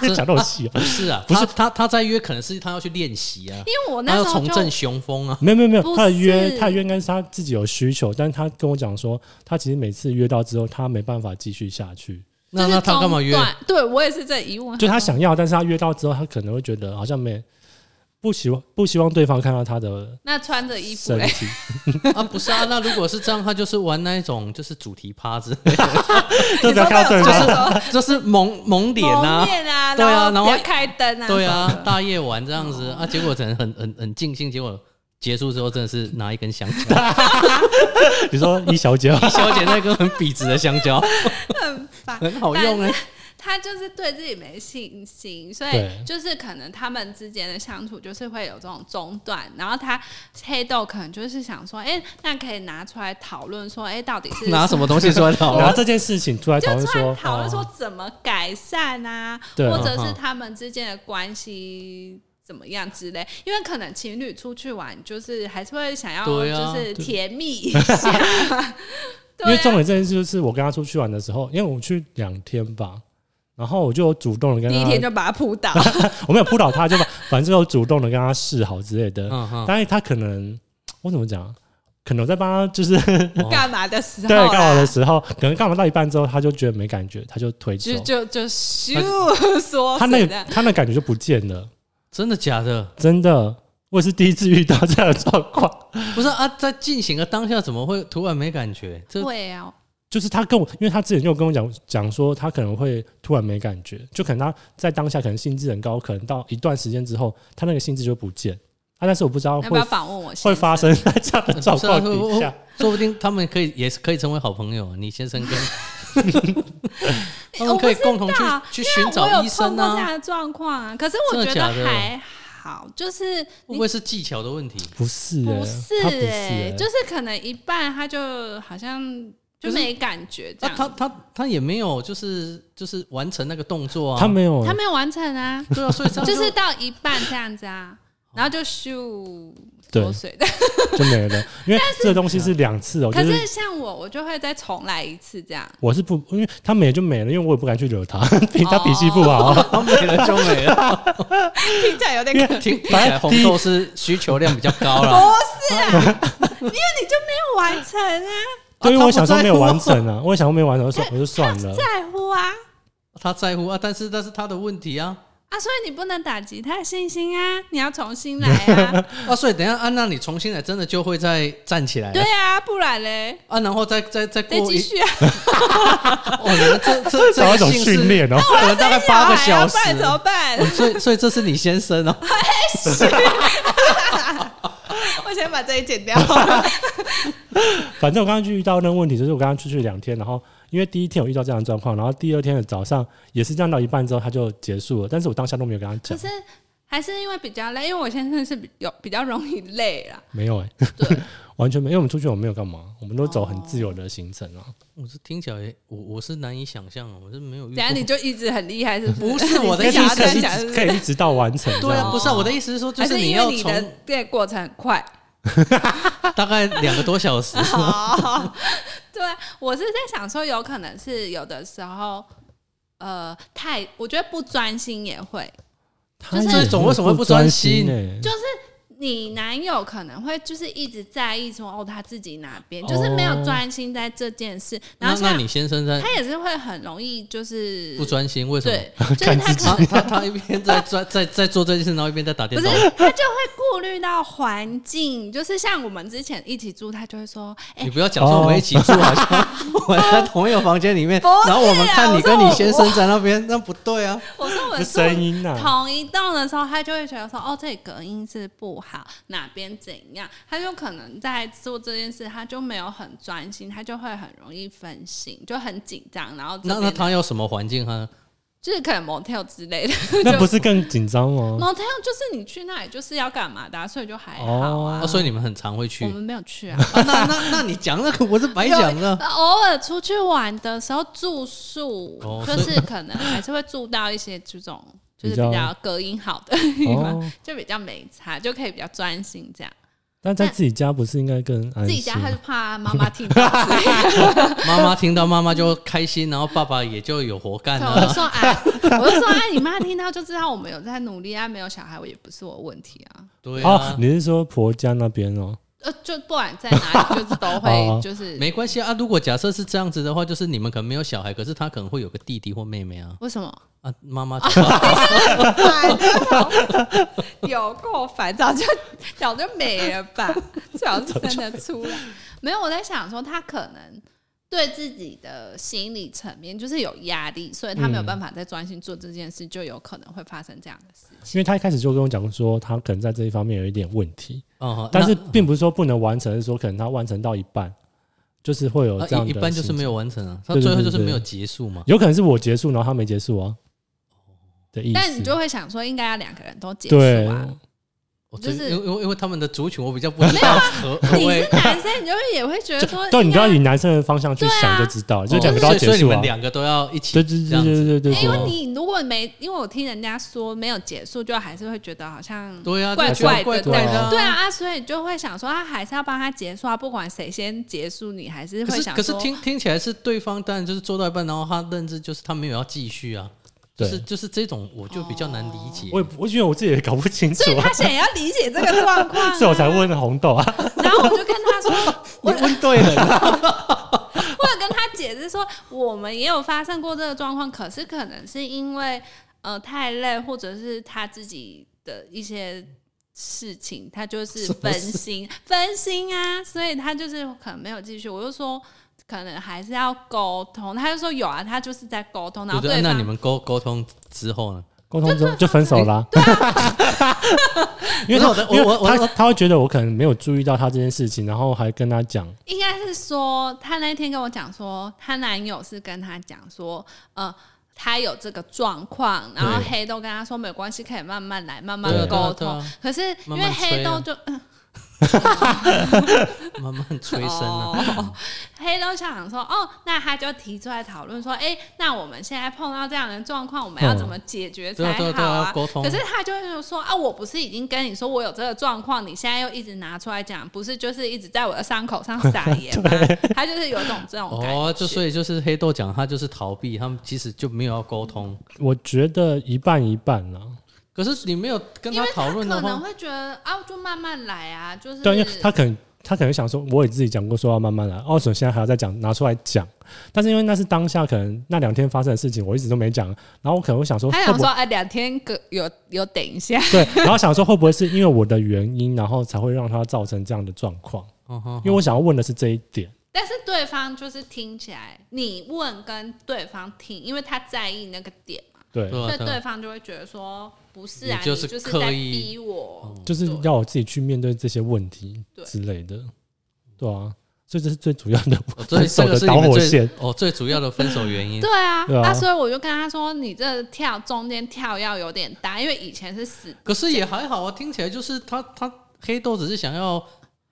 Speaker 3: 真
Speaker 2: 讲到戏
Speaker 3: 不是啊，
Speaker 2: 不是
Speaker 3: 他他他在约，可能是他要去练习啊，
Speaker 1: 因为我那
Speaker 3: 他
Speaker 1: 时
Speaker 3: 要
Speaker 1: 候
Speaker 3: 重振
Speaker 1: 就
Speaker 3: 雄风啊。
Speaker 2: 没有没有没
Speaker 1: 不
Speaker 2: 有，他的
Speaker 1: 是
Speaker 2: 约他的约应该是他自己有需求，但是他跟我讲说，他其实每次约到之后，他没办法继续下去，
Speaker 3: 那那他干嘛约？？
Speaker 1: 对我也是这疑 问，
Speaker 2: 就他想要，但是他约到之后，他可能会觉得好像没不希望不希望对方看到他的
Speaker 1: 那穿着衣服
Speaker 2: 身
Speaker 1: 嘞，
Speaker 2: 体，
Speaker 3: 啊，不是啊，那如果是这样，他就是玩那一种 就是主题趴子，
Speaker 2: 都不要看到对方。
Speaker 3: 就是蒙蒙 脸
Speaker 1: 蒙
Speaker 3: 啊，
Speaker 1: 面啊，
Speaker 3: 对啊然后
Speaker 1: 不要开灯啊，
Speaker 3: 对啊
Speaker 1: 什么，的
Speaker 3: 大夜晚这样子啊，结果可能很很很尽兴，结果结束之后真的是拿一根香 蕉，
Speaker 2: 你说一小姐吗，
Speaker 3: 小姐那根很笔直的香蕉，
Speaker 1: 很烦。
Speaker 3: 很好用哎、
Speaker 1: 他就是对自己没信心，所以
Speaker 2: 对
Speaker 1: 就是可能他们之间的相处就是会有这种中断。然后他黑豆可能就是想说，哎、那可以拿出来讨论说，哎、到底是
Speaker 3: 拿什么东西 说好
Speaker 2: 然后
Speaker 3: 啊？
Speaker 2: 这件事情出来讨
Speaker 1: 就
Speaker 2: 论
Speaker 1: 突然
Speaker 2: 说，
Speaker 1: 讨论
Speaker 2: 哦
Speaker 1: 说怎么改善啊，
Speaker 2: 对
Speaker 1: 或者
Speaker 3: 嗯
Speaker 1: 是
Speaker 3: 嗯
Speaker 1: 他们之间的关系怎么样之类。因为可能情侣出去玩，就是还是会想要
Speaker 3: 对啊
Speaker 1: 就是甜蜜一下。
Speaker 2: 因为
Speaker 1: 对
Speaker 2: 重
Speaker 1: 啊
Speaker 2: 点这件事就是我跟他出去玩的时候，因为我们去两天吧，然后我就有主动的跟
Speaker 1: 第一天
Speaker 2: 他，
Speaker 1: 就把他扑倒，
Speaker 3: 哦
Speaker 2: 我没有扑倒他，就把 反正有主动的跟他示好之类的。
Speaker 3: 嗯哼，
Speaker 2: 但是他可能我怎么讲啊，可能我在帮他就是
Speaker 1: 啊干嘛的时候
Speaker 2: 对
Speaker 1: 啦，
Speaker 2: 干嘛的时候，可能干嘛到一半之后，他就觉得没感觉，他就推走
Speaker 1: 就，就就 咻缩
Speaker 2: 他
Speaker 1: 水
Speaker 2: 那
Speaker 1: 这
Speaker 2: 个
Speaker 1: 样。
Speaker 2: 他那感觉就不见了，
Speaker 3: 真的假的？
Speaker 2: 真的。我也是第一次遇到这样的状况，
Speaker 3: 不是啊，在进行的当下怎么会突然没感觉？这
Speaker 1: 会啊，
Speaker 2: 就是他跟我，因为他之前就跟我讲讲说，他可能会突然没感觉，就可能他在当下可能兴致很高，可能到一段时间之后，他那个兴致就不见啊。但是我不知道
Speaker 1: 要不
Speaker 2: 会
Speaker 1: 要访问我先生？
Speaker 2: 会发生在这样的状况底下，
Speaker 3: 啊说不定他们可以也是可以成为好朋友，啊你先 生跟他们可以共同
Speaker 1: 我
Speaker 3: 去
Speaker 1: 不知道
Speaker 3: 去
Speaker 1: 因
Speaker 3: 寻
Speaker 1: 为我
Speaker 3: 找医
Speaker 1: 有碰过
Speaker 3: 生
Speaker 1: 这
Speaker 3: 啊，
Speaker 1: 样的状况啊，可是我
Speaker 3: 真的
Speaker 1: 觉
Speaker 3: 假
Speaker 1: 得
Speaker 3: 的
Speaker 1: 还好，就是
Speaker 3: 会不会是技巧的问题？
Speaker 2: 不是、欸，
Speaker 1: 不是
Speaker 2: 他不是、
Speaker 1: 哎、
Speaker 2: 欸，
Speaker 1: 就是可能一半他就好像就
Speaker 3: 就是
Speaker 1: 没感觉这
Speaker 3: 啊，
Speaker 1: 样，
Speaker 3: 他他他也没有就是就是完成那个动作啊，
Speaker 2: 他没有
Speaker 1: 他没有完成啊，
Speaker 3: 对啊，所以这 样
Speaker 1: 就是到一半这样子啊，然后就咻
Speaker 2: 对
Speaker 1: 缩水的。
Speaker 2: 就没了，因为这个东西是两次哦、
Speaker 1: 可
Speaker 2: 就是
Speaker 1: 是像我，我就会再重来一次这样。
Speaker 2: 我是不，因为他没就没了，因为我也不敢去惹他， 凭他脾气不
Speaker 1: 哦
Speaker 2: 好，啊
Speaker 3: 他没了就 没了。
Speaker 1: 听起来有点可
Speaker 3: 听听起来红豆是需求量比较高
Speaker 1: 不
Speaker 3: 啦，
Speaker 1: 是啊没有完成啊，
Speaker 2: 对，因为我想说没有完
Speaker 3: 啊
Speaker 2: 整啊，我想说没有完整，我说我就算了。
Speaker 1: 在乎啊
Speaker 3: 他在乎啊，但是但是他的问题啊
Speaker 1: 啊，所以你不能打击他的信心啊，你要重新来啊，
Speaker 3: 啊，所以等一下安娜你重新来，真的就会再站起来了
Speaker 1: 对啊，不然嘞，
Speaker 3: 啊，然后再再再
Speaker 1: 得
Speaker 3: 过
Speaker 1: 继
Speaker 3: 一，
Speaker 1: 续啊，
Speaker 3: 哦，你们这 这
Speaker 2: 找
Speaker 3: 这
Speaker 2: 一种
Speaker 3: 性是
Speaker 2: 训，练
Speaker 1: 啊
Speaker 2: 哦，
Speaker 3: 可能大概 八个小时
Speaker 1: 生，小孩啊不然怎么办？
Speaker 3: 所以所以这是你先生哦，
Speaker 1: 我先把这里 剪掉。
Speaker 2: 反正我刚刚就遇到那个问题，就是我刚刚出去两天，然后因为第一天我遇到这样的状况，然后第二天的早上也是这样到一半之后他就结束了，但是我当下都没有跟他
Speaker 1: 可
Speaker 2: 讲，
Speaker 1: 是还是因为比较累，因为我先生是比有比较容易累啦。
Speaker 2: 没有哎、 完全没有，因为我们出去我们没有干嘛，我们都走很自由的行程啊。
Speaker 3: 我是听起来我我是难以想象哦，我是没有遇
Speaker 1: 等下你
Speaker 3: 过。
Speaker 1: 就一直很厉害，是不
Speaker 3: 不是我的
Speaker 1: 你
Speaker 3: 意思
Speaker 1: 想要这
Speaker 3: 是
Speaker 2: 可
Speaker 1: 样
Speaker 2: 以
Speaker 1: 讲是
Speaker 2: 一
Speaker 1: 不
Speaker 2: 可
Speaker 1: 是
Speaker 2: 以一直到完成，
Speaker 3: 对啊，
Speaker 2: 这样
Speaker 3: 不是啊我的意思是说，就
Speaker 1: 还
Speaker 3: 是
Speaker 1: 是因
Speaker 3: 要
Speaker 1: 为你的
Speaker 3: 从
Speaker 1: 这个过程很 快。
Speaker 3: 大概两个多小 时
Speaker 1: 哦，对，我是在想说，有可能是有的时候，呃，太我觉得不专心也会。
Speaker 2: 他
Speaker 1: 就是
Speaker 2: 也
Speaker 3: 这种为什么会不
Speaker 2: 专
Speaker 3: 专心
Speaker 2: 欸
Speaker 1: 就是你男友可能会就是一直在意说哦他自己哪边，就是没有
Speaker 2: 哦
Speaker 1: 专心在这件事，然
Speaker 3: 那
Speaker 1: 后
Speaker 3: 那
Speaker 1: 像
Speaker 3: 你先生在
Speaker 1: 他也是会很容易就是
Speaker 3: 不专心，为什么？
Speaker 1: 对，就是他可
Speaker 3: 他
Speaker 1: 能
Speaker 3: 他他一边在在在在做这件事，然后一边在打
Speaker 1: 不
Speaker 3: 电
Speaker 1: 是
Speaker 3: 脑。
Speaker 1: 他就会顾虑到环境，就是像我们之前一起住，他就会说，哎、
Speaker 3: 你不要讲说我们一起住，好像哦 我在同一个房间里面
Speaker 1: 不是啊，
Speaker 3: 然后我们看你跟你先生在那边，那不对啊。
Speaker 1: 我说我
Speaker 2: 那
Speaker 1: 们住
Speaker 2: 声音呐、
Speaker 1: 同一栋的时候，他就会觉得说，哦，这里隔音是不好，哪边怎样，他就可能在做这件事，他就没有很专心，他就会很容易分心，就很紧张，然后这
Speaker 3: 那那
Speaker 1: 边
Speaker 3: 他要什么环境啊？
Speaker 1: 就是可能 motel 之类的，
Speaker 3: 哦
Speaker 2: 那不是更紧张 吗？
Speaker 1: motel 就是你去那里就是要干嘛的啊、所以就还好啊。
Speaker 3: 啊，所以你们很常会去
Speaker 1: 我。们没有去啊，
Speaker 3: 啊那那那你讲那个我是白讲 的。
Speaker 1: 呃偶尔出去玩的时候住宿，
Speaker 3: 哦
Speaker 1: 就
Speaker 3: 所以
Speaker 1: 是可能还是会住到一些这种就是
Speaker 2: 比较
Speaker 1: 比较隔音好的地方，
Speaker 2: 哦，
Speaker 1: 就比较没差，就可以比较专心这样。
Speaker 2: 但在自己家不是应该更安心？
Speaker 1: 自己家他就怕妈妈听到之类的，
Speaker 3: 妈妈听到妈妈就开心，然后爸爸也就有活干
Speaker 1: 所以我
Speaker 3: 啊
Speaker 1: 就。说哎， 我就说哎，你妈听到就知道我们有在努力啊，没有小孩我也不是我问题啊。
Speaker 3: 对
Speaker 2: 哦，
Speaker 3: 啊，
Speaker 2: 你是说婆家那边哦？
Speaker 1: 呃，就不管在哪里，就是都
Speaker 2: 哦
Speaker 1: 会就是
Speaker 3: 没关系啊。如果假设是这样子的话，就是你们可能没有小孩，可是他可能会有个弟弟或妹妹啊。
Speaker 1: 为什么？
Speaker 3: 啊，妈妈 知道
Speaker 1: 有够烦，早就早就没了吧？最好是真的出来。没有，我在想说，他可能对自己的心理层面就是有压力，所以他没有办法再专心做这件事，就有可能会发生这样的事情。
Speaker 2: 因为他一开始就跟我讲说，他可能在这一方面有一点问题，
Speaker 3: 哦，
Speaker 2: 但是
Speaker 3: 那
Speaker 2: 并不是说不能完成，是说可能他完成到一半，就是会有
Speaker 3: 啊
Speaker 2: 这样的
Speaker 3: 一一般就是
Speaker 2: 心
Speaker 3: 没
Speaker 2: 情
Speaker 3: 有完成啊，他
Speaker 2: 对对
Speaker 3: 最后
Speaker 2: 对
Speaker 3: 就是
Speaker 2: 对
Speaker 3: 没有结束嘛。
Speaker 2: 有可能是我结束，然后他没结束
Speaker 3: 哦
Speaker 2: 啊的意思。
Speaker 1: 但你就会想说，应该要两个人都结
Speaker 2: 对
Speaker 1: 束啊。
Speaker 3: 我最
Speaker 1: 就是啊
Speaker 3: 因为因为因为他们的族群我比较不知道何何
Speaker 1: 你
Speaker 3: 为
Speaker 1: 是。男生，你就会也会觉得 说，
Speaker 2: 对，你
Speaker 1: 应
Speaker 2: 就要
Speaker 1: 该
Speaker 2: 以男生的方向去
Speaker 1: 对啊
Speaker 2: 想就知道，就
Speaker 3: 哦
Speaker 2: 两个都要
Speaker 3: 所以
Speaker 2: 结
Speaker 3: 所以你
Speaker 2: 束
Speaker 3: 们哎
Speaker 2: 啊。
Speaker 3: 两个都要一
Speaker 2: 对
Speaker 3: 起
Speaker 2: 对
Speaker 3: 这
Speaker 2: 对
Speaker 3: 样子。
Speaker 2: 对对对
Speaker 1: 因为
Speaker 2: 对，
Speaker 1: 你如果没，因为我听人家说没有结束，就还是会觉得好像
Speaker 3: 对啊，
Speaker 1: 怪
Speaker 3: 就觉
Speaker 1: 怪
Speaker 3: 得怪
Speaker 1: 的
Speaker 3: 的啊。
Speaker 1: 对啊，啊，所以就会想说，他还是要帮他结束啊，不管谁先结束，你还是
Speaker 3: 可
Speaker 1: 会
Speaker 3: 是
Speaker 1: 想
Speaker 3: 可是
Speaker 1: 说，
Speaker 3: 听听起来是对方，当然就是做到一半，然后他认知就是他没有要继续啊，就是
Speaker 2: 对哦
Speaker 3: 就是这种我就比较难理解。
Speaker 2: 我也不我觉得我自己也搞不清楚
Speaker 1: 所以
Speaker 2: 啊
Speaker 1: 他，想要理解这个状况、 啊，
Speaker 2: 所以我才问红豆啊。
Speaker 1: 然后我就跟他说，
Speaker 3: 你问对人 了，
Speaker 1: 我有跟他解释说，我们也有发生过这个状况，可是可能是因为呃太累，或者是他自己的一些事情，他就是分心分心啊，所以他就是可能没有继续。我就说。可能还是要沟通，他就说有啊，他就是在沟通，然后
Speaker 3: 我觉得
Speaker 1: 对
Speaker 3: 啊那
Speaker 1: 方
Speaker 3: 你们沟沟通之后呢？
Speaker 2: 沟通之后就分手啦、因为
Speaker 3: 不是啊我
Speaker 2: 他
Speaker 3: 的我我
Speaker 2: 因为
Speaker 3: 我
Speaker 2: 他他会觉得我可能没有注意到他这件事情，然后还跟他讲，
Speaker 1: 应该是说，她那天跟我讲说，她男友是跟她讲说，呃，她有这个状况，然后
Speaker 3: 对
Speaker 1: 黑豆跟她说没关系，可以慢慢来，慢慢
Speaker 2: 对啊
Speaker 1: 沟
Speaker 3: 对
Speaker 1: 通。
Speaker 3: 啊对啊
Speaker 1: 可是因
Speaker 3: 慢
Speaker 1: 为
Speaker 3: 慢
Speaker 1: 黑
Speaker 3: 吹
Speaker 1: 豆
Speaker 3: 啊
Speaker 1: 就
Speaker 3: 慢慢催生啊。
Speaker 1: 哦 黑豆想说，哦，那他就提出来讨论说，哎、那我们现在碰到这样的状况，我们要怎么解决
Speaker 3: 对
Speaker 1: 才
Speaker 3: 啊对啊
Speaker 1: 好
Speaker 3: 对啊，沟通
Speaker 1: 可是他就会说啊，我不是已经跟你说我有这个状况，你现在又一直拿出来讲，不是就是一直在我的伤口上撒盐 吗？他就是有一种这种感觉。
Speaker 3: 哦，就所以就是黑豆讲他就是逃避，他们其实就没有要沟通。
Speaker 2: 我觉得一半一半啦、啊
Speaker 3: 可是你没有跟
Speaker 1: 因
Speaker 3: 他
Speaker 1: 为
Speaker 3: 讨论的
Speaker 1: 可能
Speaker 3: 话，
Speaker 1: 会觉得啊，就慢慢来啊，就是
Speaker 2: 对啊，因
Speaker 3: 嗯
Speaker 2: 为他可能他可能想说，我也自己讲过说要慢慢来，哦，所以现在还要再讲拿出来讲，但是因为那是当下可能那两天发生的事情，我一直都没讲，然后我可能会想说，
Speaker 1: 他
Speaker 2: 会
Speaker 1: 想
Speaker 2: 不
Speaker 1: 说，
Speaker 2: 会
Speaker 1: 哎、两天隔有有等一 下，
Speaker 2: 对，然后想说会不会是因为我的原因，然后才会让他造成这样的状况？
Speaker 3: 嗯哼
Speaker 2: 因为我想要问的是这一点，
Speaker 1: 但是对方就是听起来，你问跟对方听，因为他在意那个点嘛，
Speaker 2: 对，
Speaker 3: 对
Speaker 1: 所以
Speaker 3: 啊对
Speaker 1: 对
Speaker 3: 啊，
Speaker 1: 方就会觉得说不是
Speaker 3: 你
Speaker 1: 啊，你
Speaker 3: 就是
Speaker 1: 是
Speaker 3: 刻
Speaker 1: 在
Speaker 3: 意嗯
Speaker 1: 逼我，
Speaker 2: 就是
Speaker 1: 对
Speaker 2: 要我自己去面对这些问题
Speaker 1: 对
Speaker 2: 之类的，对啊，所以这是最主要的
Speaker 3: 哦
Speaker 2: 分
Speaker 3: 最
Speaker 2: 手
Speaker 3: 这个
Speaker 2: 的
Speaker 3: 是
Speaker 2: 导
Speaker 3: 你们
Speaker 2: 火
Speaker 3: 最
Speaker 2: 线，
Speaker 3: 哦最主要的分手原因
Speaker 1: 对。啊，
Speaker 2: 对啊
Speaker 1: 那所以我就跟他说，你这跳中间跳要有点大，因为以前是死
Speaker 3: 可是也还好啊，听起来就是他他黑豆只是想要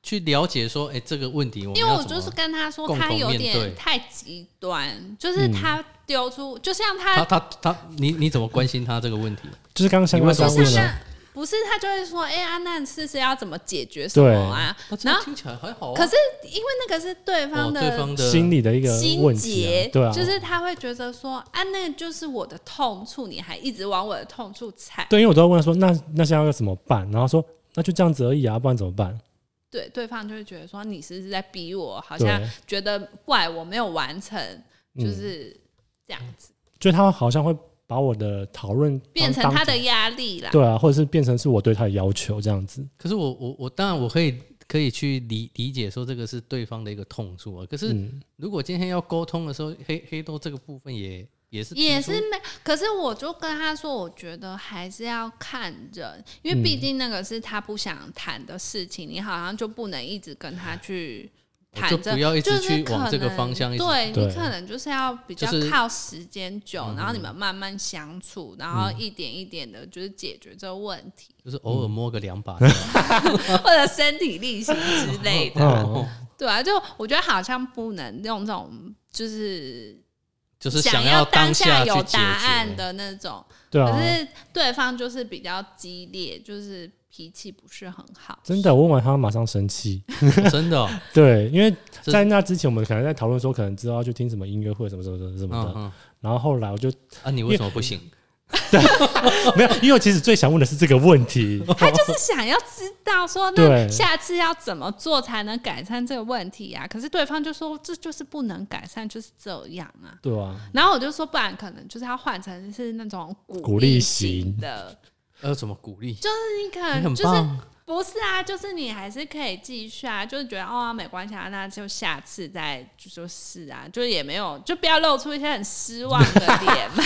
Speaker 3: 去了解说，哎，这个问题我们
Speaker 1: 因为
Speaker 3: 要
Speaker 1: 我
Speaker 3: 怎
Speaker 1: 就是
Speaker 3: 么？
Speaker 1: 跟他说，
Speaker 3: 共同
Speaker 1: 他有
Speaker 3: 面对
Speaker 1: 点太极端，
Speaker 2: 嗯
Speaker 1: 就是他丢出，就像他嗯
Speaker 3: 他他他，你你怎么关心他这个问题？
Speaker 2: 就是刚刚相关
Speaker 3: 你为
Speaker 2: 商
Speaker 3: 什
Speaker 1: 就
Speaker 3: 么
Speaker 2: 问
Speaker 1: 像
Speaker 2: 呢、
Speaker 1: 那不是他就会说，哎、安娜试试要怎么解决什么啊？
Speaker 3: 哦这
Speaker 1: 然
Speaker 3: 个
Speaker 1: 后
Speaker 3: 听起来还好啊。
Speaker 1: 可是因为那个是对
Speaker 3: 哦
Speaker 1: 方
Speaker 3: 对
Speaker 1: 的
Speaker 3: 方的
Speaker 2: 心理的一个
Speaker 1: 心
Speaker 2: 问题、
Speaker 1: 结
Speaker 2: 啊，，对啊，
Speaker 1: 就是他会觉得说，啊，那个就是我的痛处，你还一直往我的痛处踩，
Speaker 2: 对，因为我都会问他说，那那现在要怎么办？然后说那就这样子而已啊，不然怎么办？
Speaker 1: 对，对方就会觉得说，你是不是在逼我？好
Speaker 2: 对
Speaker 1: 像，觉得怪我没有完成，就
Speaker 2: 嗯，
Speaker 1: 是这样子，
Speaker 2: 就他好像会把我的讨论
Speaker 1: 变成
Speaker 2: 当
Speaker 1: 他的压力啦。
Speaker 2: 对啊，或者是变成是我对他的要求这样子。
Speaker 3: 可是我我我当然我可以可以去理理解说这个是对方的一个痛处啊。可是
Speaker 2: 嗯，
Speaker 3: 如果今天要沟通的时候，黑黑豆这个部分也也是
Speaker 1: 也
Speaker 3: 提出
Speaker 1: 是没，可是我就跟他说，我觉得还是要看人，因为
Speaker 3: 嗯
Speaker 1: 毕竟那个是他不想谈的事情，你好像就不能一直跟他去谈
Speaker 3: 就
Speaker 1: 这，
Speaker 3: 不要一直
Speaker 1: 是
Speaker 3: 去
Speaker 1: 可
Speaker 3: 往这个
Speaker 1: 能
Speaker 3: 方向一直
Speaker 1: 对
Speaker 2: 对
Speaker 1: 你可能就是要比较
Speaker 3: 就是嗯
Speaker 1: 靠时间久，然后你们慢慢相处，然后一点一点的，就是解决这个问题，
Speaker 3: 就是偶
Speaker 2: 嗯
Speaker 3: 尔摸个两把，
Speaker 1: 或者身体力行之类 的。
Speaker 2: 哦，
Speaker 1: 对啊，就我觉得好像不能用这种就是
Speaker 3: 就是
Speaker 1: 要
Speaker 3: 当
Speaker 1: 下
Speaker 3: 去
Speaker 1: 有
Speaker 3: 解
Speaker 1: 答案
Speaker 3: 决。
Speaker 1: 的那种，
Speaker 2: 对啊
Speaker 1: 可，是对方就是比较激烈，就是脾气不是很好。
Speaker 2: 真的，我问完他马上生气。
Speaker 3: 真 的哦，
Speaker 2: 对，因为
Speaker 3: 这
Speaker 2: 在那之前，我们可能在讨论说，可能知道要去听什么音乐会，什么什么什么什么
Speaker 3: 嗯
Speaker 2: 的。
Speaker 3: 嗯，
Speaker 2: 然后后来我就
Speaker 3: 啊，你为什么不行？
Speaker 2: 没有，因为我其实最想问的是这个问题。
Speaker 1: 他就是想要知道 说，
Speaker 2: 对
Speaker 1: 那下次要怎么做才能改善这个问题啊？可是对方就说这就是不能改善，就是这样啊。
Speaker 2: 对啊，
Speaker 1: 然后我就说，不然可能就是要换成是那种
Speaker 2: 鼓
Speaker 1: 鼓
Speaker 2: 励
Speaker 1: 励
Speaker 2: 型
Speaker 1: 型的，
Speaker 3: 要呃怎么鼓励？
Speaker 1: 就是你可
Speaker 3: 你
Speaker 1: 能
Speaker 3: 很
Speaker 1: 就是
Speaker 3: 棒，
Speaker 1: 不是啊，就是你还是可以继续啊，就是觉得哦没关系啊，那就下次再就说是啊，就也没有就不要露出一些很失望 的脸嘛，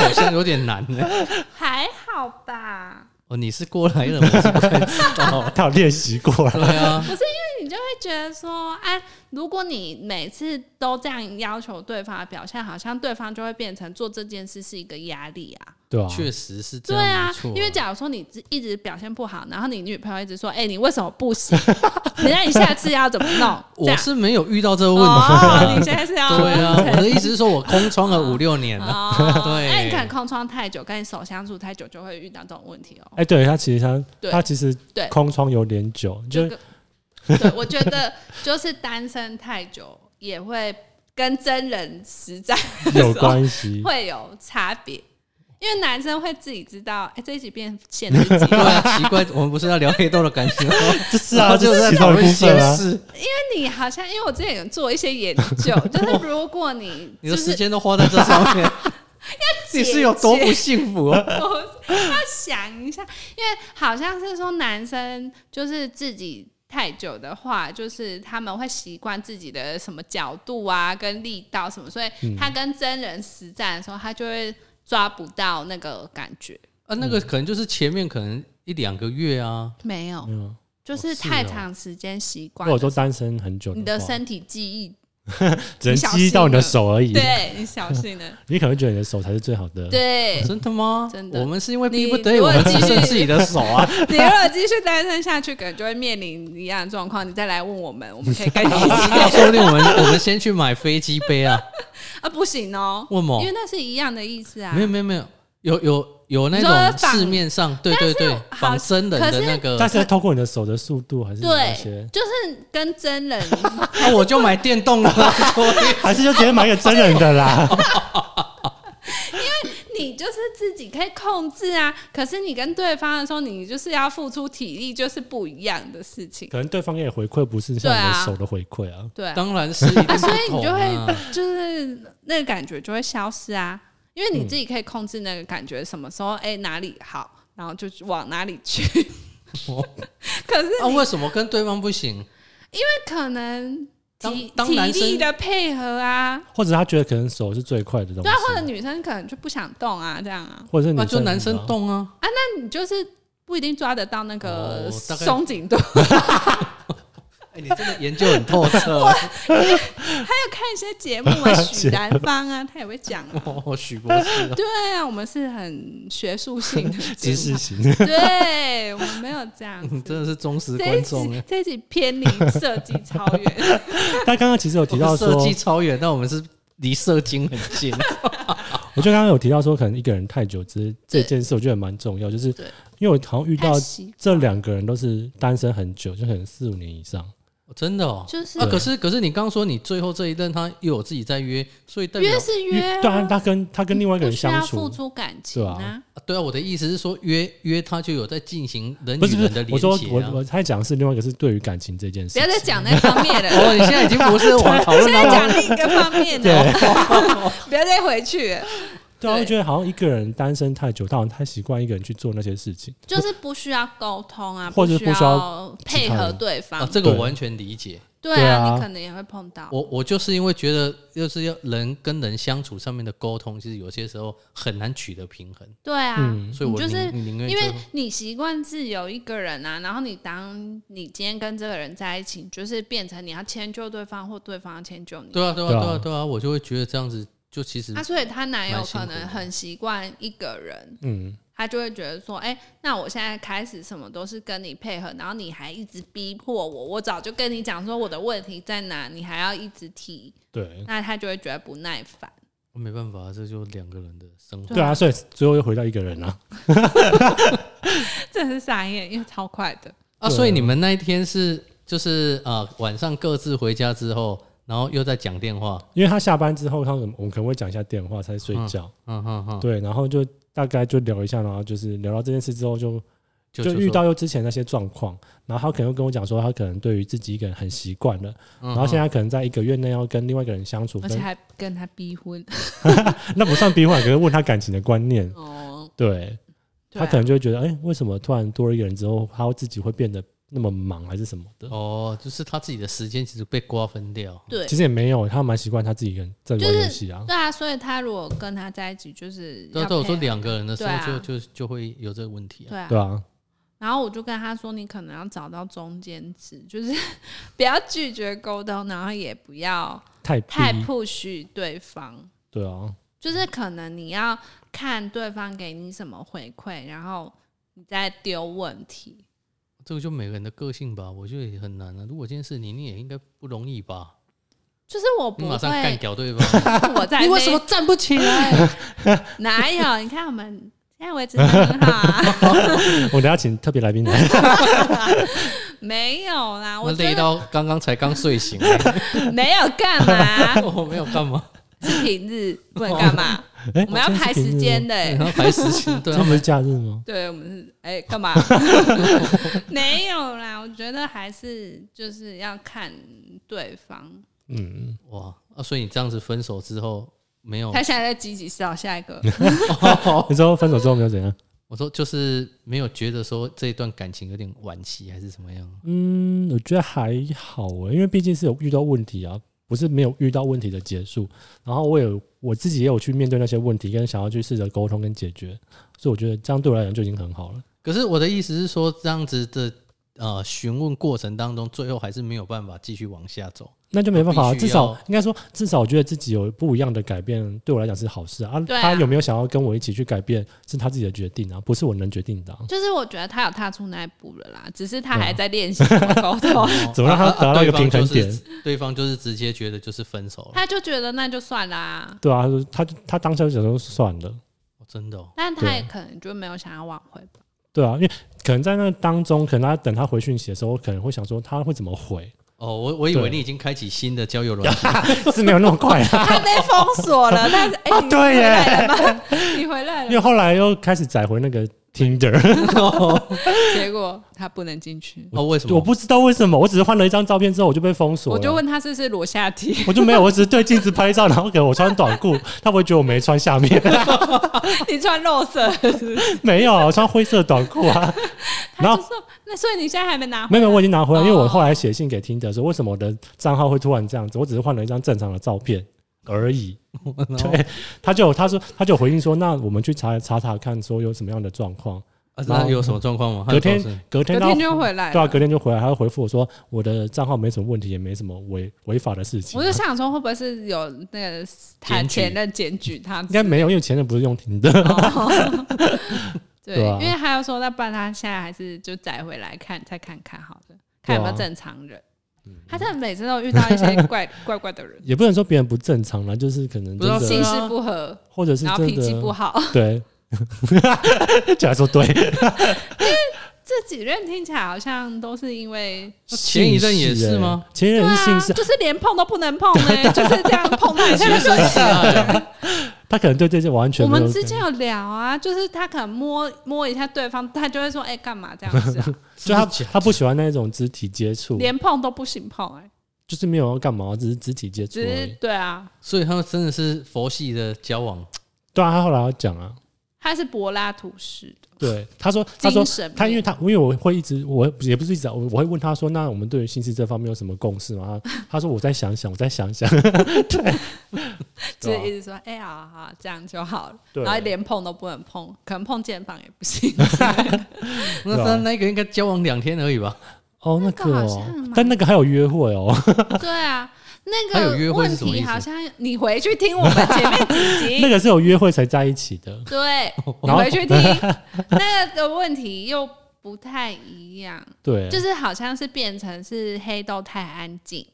Speaker 3: 好像有点难呢。
Speaker 1: 还好吧？
Speaker 3: 哦，你是过来人，我是不太知道。
Speaker 2: 他有练习过了。
Speaker 3: 对 啊，
Speaker 1: 那你就会觉得说，哎、如果你每次都这样要求对方的表现，好像对方就会变成做这件事是一个压力啊。
Speaker 2: 对啊，
Speaker 3: 确实是这
Speaker 1: 对
Speaker 3: 样，
Speaker 1: 啊
Speaker 3: 没，错
Speaker 1: 因为假如说你一直表现不好，然后你女朋友一直说，哎、你为什么不行？ 你那你下次要怎么弄？这
Speaker 3: 我
Speaker 1: 样
Speaker 3: 是没有遇到这个问题。
Speaker 1: 哦， 你现在是要
Speaker 3: 对啊，我的意思是说，我空窗了五六年啊了。
Speaker 1: 哦，
Speaker 3: 对
Speaker 1: 那你可能空窗太久，跟你手相处太久，就会遇到这种问题哦。
Speaker 2: 哎，对他其实他
Speaker 1: 对
Speaker 2: 他其实
Speaker 1: 对
Speaker 2: 空窗有点久，
Speaker 1: 这
Speaker 2: 就
Speaker 1: 个，对，我觉得就是单身太久也会跟真人实战的时候
Speaker 2: 有关系。
Speaker 1: 会有差别，因为男生会自己知道，哎、这一集变现自己，
Speaker 3: 对啊，奇怪，我们不是要聊黑豆的感 情吗？
Speaker 2: 是啊，
Speaker 3: 就
Speaker 2: 这
Speaker 3: 在
Speaker 2: 其
Speaker 3: 讨论
Speaker 2: 中一部分
Speaker 3: 现
Speaker 2: 啊。
Speaker 3: 实。
Speaker 1: 因为你好像，因为我之前有做一些研究，就是如果你
Speaker 3: 你
Speaker 1: 就
Speaker 3: 的时
Speaker 1: 是
Speaker 3: 间都花在这上 面，
Speaker 1: 解
Speaker 3: 你是有多不幸福啊？
Speaker 1: 要想一下，因为好像是说男生就是自己太久的话，就是他们会习惯自己的什么角度啊、跟力道什么，所以他跟真人实战的时候，他就会抓不到那个感觉。
Speaker 3: 啊，那个
Speaker 1: 嗯
Speaker 3: 可能就是前面可能一两个月啊，
Speaker 1: 没有，
Speaker 2: 嗯，哦
Speaker 1: 就是太长时间习
Speaker 2: 如
Speaker 1: 惯
Speaker 2: 果
Speaker 1: 了，
Speaker 2: 说单身很久话，
Speaker 1: 你的身体记忆，
Speaker 2: 只能激到你的手而已。
Speaker 1: 对你小心了，
Speaker 2: 你可能会觉得你的手才是最好的。
Speaker 1: 对。
Speaker 3: 真的吗？
Speaker 1: 哎真的
Speaker 3: 我们是因为
Speaker 1: 你
Speaker 3: 逼不得已，
Speaker 1: 如
Speaker 3: 我
Speaker 1: 果
Speaker 3: 们
Speaker 1: 继
Speaker 3: 牺
Speaker 1: 续
Speaker 3: 牲自己的手 啊。
Speaker 1: 你如果继续单身下去，可能就会面临一样的状况。你再来问我们，我们 可以跟你一起
Speaker 3: 说不定我们我们先去买飞机杯啊？
Speaker 1: 啊，不行哦，
Speaker 3: 为什么
Speaker 1: 因为那是一样的意思啊。
Speaker 3: 没有没有没有，有有有那
Speaker 1: 你说
Speaker 3: 种
Speaker 1: 仿
Speaker 3: 市面上对对对
Speaker 1: 好
Speaker 3: 仿真人
Speaker 1: 可
Speaker 3: 的
Speaker 1: 是
Speaker 3: 那个，
Speaker 2: 但是透过你的手的速度，还是有一些
Speaker 1: 对，，就是跟真 人，
Speaker 3: 那哦我就买电动的啊。所以
Speaker 2: 还是就直接买给真人的啦。
Speaker 1: 你你就是自己可以控制啊，可是你跟对方的时候，你就是要付出体力，就是不一样的事情。
Speaker 2: 可能对方给你回馈不是像
Speaker 1: 对
Speaker 2: 我
Speaker 1: 啊
Speaker 2: 们手的回馈啊，
Speaker 1: 对啊，
Speaker 3: 当然是一定不同啊，啊
Speaker 1: 所以你就会就是那个感觉就会消失啊，因为你自己可以控制那个感觉，什么时候哎、哪里好，然后就往哪里 去。
Speaker 3: 哦
Speaker 1: 可是
Speaker 3: 啊，为什么跟对方不行？
Speaker 1: 可能体
Speaker 3: 当当
Speaker 1: 体
Speaker 3: 男生
Speaker 1: 力的配合啊，
Speaker 2: 或者他觉得可能手是最快的东西
Speaker 1: 对啊，，或者女生可能就不想动啊，这样啊，
Speaker 2: 或者是
Speaker 3: 那
Speaker 2: 女
Speaker 3: 就
Speaker 2: 生
Speaker 3: 男生动啊，
Speaker 1: 那你就是不一定抓得到那个
Speaker 3: 哦大概
Speaker 1: 松紧 度，
Speaker 3: 哎，你真的研究很透彻 啊
Speaker 1: 还有看一些节目啊，许兰芳啊，她也会讲 啊。
Speaker 3: 哦，许博士啊，
Speaker 1: 对啊，我们是很学术性的节
Speaker 2: 知
Speaker 1: 目
Speaker 2: 识型，
Speaker 1: 对我们没有这样
Speaker 3: 你真
Speaker 1: 子。
Speaker 3: 的是忠实
Speaker 1: 这一
Speaker 3: 观众
Speaker 1: 集
Speaker 2: 欸
Speaker 3: 哎。
Speaker 1: 这一集偏离设计超 远，
Speaker 2: 但刚刚其实有提到说，
Speaker 3: 设计超远，但我们是离射精很近。
Speaker 2: 我觉得刚刚有提到说，可能一个人太久之这件事，我觉得蛮重要，就是
Speaker 1: 对
Speaker 2: 因为我好像遇到
Speaker 1: 太习惯
Speaker 2: 这两个人都是单身很久，就可能四五年以上。
Speaker 3: 真的哦，
Speaker 1: 就是
Speaker 3: 啊，可是可是你刚说你最后这一任他又有自己在约，所以代表
Speaker 1: 约是
Speaker 2: 因为
Speaker 1: 约、
Speaker 2: 对啊，他跟他跟另外一个
Speaker 1: 不
Speaker 2: 人
Speaker 1: 需要
Speaker 2: 相
Speaker 1: 付
Speaker 2: 处，
Speaker 1: 出感情
Speaker 2: 对
Speaker 1: 啊。
Speaker 3: 啊对啊，我的意思是说约约他就有在进行人
Speaker 2: 不是
Speaker 3: 与
Speaker 2: 不
Speaker 3: 人的
Speaker 2: 是，我
Speaker 3: 连
Speaker 2: 说
Speaker 3: 接
Speaker 2: 我
Speaker 3: 啊。
Speaker 2: 我他讲的是另外一个是对于感情这件
Speaker 1: 不
Speaker 2: 事
Speaker 1: 要，再讲那方面 了，
Speaker 3: 哦，你现在已经不是往讨论
Speaker 1: 现在
Speaker 3: 到
Speaker 1: 讲另一个方面的， 不要再回去了，
Speaker 2: 对啊，
Speaker 1: 对
Speaker 2: 我觉得好像一个人单身太久，他好像太习惯一个人去做那些事情，
Speaker 1: 就是不需要沟通啊，
Speaker 2: 或者
Speaker 1: 需
Speaker 2: 不需
Speaker 1: 要
Speaker 2: 要
Speaker 1: 配合对方。
Speaker 3: 啊，这个我
Speaker 2: 对
Speaker 3: 完全理解。
Speaker 1: 对
Speaker 2: 对
Speaker 1: 啊，
Speaker 2: 啊
Speaker 1: 你可能也会碰到。
Speaker 3: 我我就是因为觉得，就是要人跟人相处上面的沟通，其实有些时候很难取得平衡，
Speaker 1: 对啊，
Speaker 2: 嗯
Speaker 3: 所以我
Speaker 1: 你就是
Speaker 3: 宁宁愿
Speaker 1: 因
Speaker 3: 就
Speaker 1: 为你习惯自由一个人啊，然后你当你今天跟这个人在一起，就是变成你要迁就对方，或对方要迁就你。
Speaker 3: 对啊对啊
Speaker 2: 对啊
Speaker 3: 对啊对啊，我就会觉得这样子就其实
Speaker 1: 啊，所以她男友
Speaker 3: 蛮辛
Speaker 1: 可
Speaker 3: 苦的
Speaker 1: 能很习惯一个人，
Speaker 2: 嗯，
Speaker 1: 他就会觉得说，哎、那我现在开始什么都是跟你配合，然后你还一直逼迫我，我早就跟你讲说我的问题在哪，你还要一直提，
Speaker 2: 对
Speaker 1: 那他就会觉得不耐烦。
Speaker 3: 没办法，这就两个人的生活。
Speaker 2: 对啊，所以最后又回到一个人啊，
Speaker 1: 这是傻眼，因为超快的。
Speaker 3: 啊，
Speaker 2: 对
Speaker 3: 所以你们那一天是就是呃晚上各自回家之后，然后又在讲电话，
Speaker 2: 因为他下班之后，他我们可能会讲一下电话才睡觉，
Speaker 3: 嗯哼哼，
Speaker 2: 对，然后就大概就聊一下，然后就是聊到这件事之后就
Speaker 3: 就
Speaker 2: 就遇
Speaker 3: 说，
Speaker 2: 到又之前那些状况，然后他可能又跟我讲说，他可能对于自己一个人很习惯了，
Speaker 3: 然
Speaker 2: 然后现在可能在一个月内要跟另外一个人相处，
Speaker 1: 而且
Speaker 2: 跟
Speaker 1: 还跟他逼婚
Speaker 2: 那不算逼婚，可是问他感情的观念，
Speaker 1: 哦，
Speaker 2: 对
Speaker 1: 对啊
Speaker 2: 他可能就会觉得，哎、为什么突然多了一个人之后，他自己会变得那么忙还是什么的？
Speaker 3: 哦，就是他自己的时间其实被瓜分掉，
Speaker 1: 对
Speaker 2: 其实也没有，他蛮习惯他自己一个人在玩游戏啊。
Speaker 1: 对啊，所以他如果跟他在一起，就是
Speaker 3: 对
Speaker 1: 要
Speaker 3: 啊对，我说
Speaker 1: 配合
Speaker 3: 两个人的时
Speaker 1: 对
Speaker 3: 候
Speaker 1: 啊
Speaker 3: 就就就会有这个问题啊，
Speaker 1: 对啊
Speaker 2: 对啊，
Speaker 1: 然后我就跟他说，你可能要找到中间值，就是不要拒绝沟通，然后也不要
Speaker 2: 太逼，
Speaker 1: 太
Speaker 3: 嗯
Speaker 1: push 对方，
Speaker 2: 对啊，
Speaker 1: 就是可能你要看对方给你什么回馈，然后你再丢问题。
Speaker 3: 这个就每个人的个性吧，我觉得也很难啊。如果今天是你，你也应该不容易吧？
Speaker 1: 就是我
Speaker 3: 你
Speaker 1: 不
Speaker 3: 马上干
Speaker 1: 会，
Speaker 3: 掉对方，
Speaker 1: 我在
Speaker 3: 你为
Speaker 1: 那
Speaker 3: 什么站不起来？
Speaker 1: 哪有？你看我们现在维持的很好 啊，
Speaker 2: 我等下请特别来宾 来。
Speaker 1: 没有啦，
Speaker 3: 我
Speaker 1: 我
Speaker 3: 累
Speaker 1: 觉
Speaker 3: 到刚刚才刚睡醒，啊
Speaker 1: 得没有干嘛，
Speaker 3: 我没有干嘛，
Speaker 1: 是平日不能干嘛，
Speaker 2: 哎
Speaker 1: 我们要排时间，的、欸
Speaker 3: 然。后排时间，对
Speaker 2: 今天 是平日吗今天
Speaker 3: 啊
Speaker 2: 不，是假日吗？
Speaker 1: 对，我们是哎干、 嘛？没有啦，我觉得还是就是要看对方，
Speaker 2: 嗯，
Speaker 3: 哇啊！所以你这样子分手之后没
Speaker 2: 哦
Speaker 3: 有
Speaker 1: 他现在在积极找下一 个。
Speaker 2: 你说分手之后没有怎样？
Speaker 3: 我说就是没有觉得说这一段感情有点惋惜还是怎么样，
Speaker 2: 嗯，我觉得还好诶，因为毕竟是有遇到问题啊，不是没有遇到问题的结束。然后我有我自己也有去面对那些问题，跟想要去试着沟通跟解决，所以我觉得这样对我来讲就已经很好了。
Speaker 3: 可是我的意思是说这样子的呃询问过程当中，最后还是没有办法继续往下走。
Speaker 2: 那就没办法啊，
Speaker 3: 必须要
Speaker 2: 至少应该说，至少我觉得自己有不一样的改变，对我来讲是好事啊。啊
Speaker 1: 对啊
Speaker 2: 他有没有想要跟我一起去改变，是他自己的决定啊，不是我能决定的啊、
Speaker 1: 就是我觉得他有踏出那一步了啦，只是他
Speaker 2: 对啊哦
Speaker 1: 还在练习怎么沟 通，
Speaker 2: 怎么让他
Speaker 3: 啊啊
Speaker 2: 达到一个平
Speaker 3: 对
Speaker 2: 衡
Speaker 3: 方就是对方就是直接觉得就是分手了，
Speaker 1: 他就觉得那就算啦。
Speaker 2: 对啊，他说他他当下就想说算了，
Speaker 3: 哦真的、哦。
Speaker 1: 但他
Speaker 2: 对
Speaker 1: 也可能就没有想要挽回吧。
Speaker 2: 对啊，因为可能在那当中，可能他等他回讯息的时候，我可能会想说他会怎么回，
Speaker 3: 哦，我我以为
Speaker 2: 对
Speaker 3: 你已经开启新的交友软 件，
Speaker 2: 是没有那么快啊。
Speaker 1: 他被封锁 了，但是哎、
Speaker 2: 啊
Speaker 1: 你
Speaker 2: 对
Speaker 1: 回
Speaker 2: 耶
Speaker 1: 来了吗？ 你回来
Speaker 2: 因为
Speaker 1: 了，
Speaker 2: 后来又开始载回那个 Tinder，
Speaker 1: 结果他不能进去。
Speaker 3: 哦，为什么？
Speaker 2: 我不知道为什么，我只是换了一张照片之后我就被封锁了。
Speaker 1: 我就问他是不是裸下体，
Speaker 2: 我就没有，我只是对镜子拍照，然后给我穿短裤，他不会觉得我没穿下面，
Speaker 1: 你穿肉色，
Speaker 2: 没有啊，我穿灰色短裤啊。 然
Speaker 1: 他就
Speaker 2: 后
Speaker 1: 说那所以你现在还没拿
Speaker 2: 没
Speaker 1: 回
Speaker 2: 有，没有我已经拿回来，因为我
Speaker 1: 哦
Speaker 2: 后来写信给听的说，为什么我的账号会突然这样子？我只是换了一张正常的照片 而已。对，他就有他说他就有回应说，那我们去查查查看，说有什么样的状况。
Speaker 3: 啊那有什么状况 吗？
Speaker 2: 隔天
Speaker 3: 还有什么
Speaker 2: 隔
Speaker 1: 隔
Speaker 2: 天他
Speaker 1: 天就回来
Speaker 2: 对啊，
Speaker 1: 了。
Speaker 2: 隔天就回来，他就回复我说我的账号没什么问题，也没什么违违法的事情
Speaker 1: 我。就想说，会不会是有那个他
Speaker 3: 检举
Speaker 1: 前任检举他？
Speaker 2: 应该没有，因为前任不是用听的。
Speaker 1: 哦 对，
Speaker 2: 对啊
Speaker 1: 因为他又说，那不然他现在还是就载回来看，再看看好
Speaker 2: 啊
Speaker 1: 了，看有没有正常人。
Speaker 2: 嗯
Speaker 1: 他真的每次都遇到一些怪 怪怪的人，
Speaker 2: 也不能说别人不正常啦，就是可能
Speaker 3: 不知道
Speaker 2: 真
Speaker 3: 是
Speaker 2: 的，
Speaker 1: 性事不合，
Speaker 2: 或者是
Speaker 1: 然后
Speaker 2: 真
Speaker 1: 脾气不
Speaker 2: 的
Speaker 1: 好。
Speaker 2: 对， 竟然说对，
Speaker 1: 这几任听起来好像都是因为
Speaker 3: 前一任也
Speaker 2: 姓氏
Speaker 3: 是吗
Speaker 2: 欸？前一
Speaker 1: 对
Speaker 2: 任是啊
Speaker 1: 啊
Speaker 2: 姓，氏，
Speaker 1: 就是连碰都不能碰 哎、就是这样碰太
Speaker 2: 啊
Speaker 1: 凶
Speaker 3: 啊
Speaker 1: 了。
Speaker 2: 他可能对这些完全
Speaker 1: 我
Speaker 2: 没有
Speaker 1: 们之间有聊啊，就是他可能摸摸一下对方，他就会说：“哎、干嘛这样子、 啊？
Speaker 2: 就
Speaker 3: 真
Speaker 2: 他
Speaker 3: 的假的
Speaker 2: 他不喜欢那种肢体接触，
Speaker 1: 连碰都不行碰哎、
Speaker 2: 就是没有要干嘛，只是肢体接触
Speaker 1: 只
Speaker 2: 而
Speaker 1: 是
Speaker 2: 已。
Speaker 1: 对啊，
Speaker 3: 所以他们真的是佛系的交往，
Speaker 2: 对啊，他后来要讲啊，
Speaker 1: 他是柏拉图式的
Speaker 2: 对，他说他说
Speaker 1: 精神面
Speaker 2: 他因为他因为我会一直我也不是一直啊我我会问他说，那我们对于性事这方面有什么共识吗？ 他他说我再想想，我再想 想，
Speaker 1: 就是一
Speaker 2: 对啊
Speaker 1: 直说：“哎、呀，好好这样就好了。”
Speaker 2: 对
Speaker 1: 然后连碰都不能碰，可能碰肩膀也不 行。
Speaker 3: 那
Speaker 2: 对啊
Speaker 3: 他那个应该交往两天而已吧？
Speaker 2: 哦，那
Speaker 1: 那
Speaker 2: 个
Speaker 1: 个好
Speaker 2: 哦
Speaker 1: 像蛮，
Speaker 2: 但那个还有约会哦，
Speaker 1: 对啊，那
Speaker 3: 他有
Speaker 1: 个
Speaker 3: 约会
Speaker 1: 问
Speaker 3: 是什么
Speaker 1: 题
Speaker 3: 意思
Speaker 1: 好像你回去听我们前面几集，
Speaker 2: 那个是有约会才在一起的，
Speaker 1: 对， 你
Speaker 2: 然后
Speaker 1: 回去听那个问题又不太一样，
Speaker 2: 对，
Speaker 1: 就是好像是变成是黑豆太安静，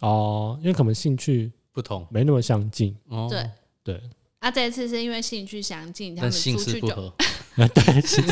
Speaker 2: 哦，因为可能兴趣
Speaker 3: 不同
Speaker 2: 没那么相近，
Speaker 3: 哦，
Speaker 1: 对，
Speaker 2: 对，
Speaker 1: 啊，这次是因为兴趣相近，他
Speaker 3: 但
Speaker 1: 们
Speaker 3: 性
Speaker 1: 出
Speaker 3: 事
Speaker 1: 去
Speaker 3: 不
Speaker 1: 就
Speaker 3: 合，
Speaker 2: 对，其实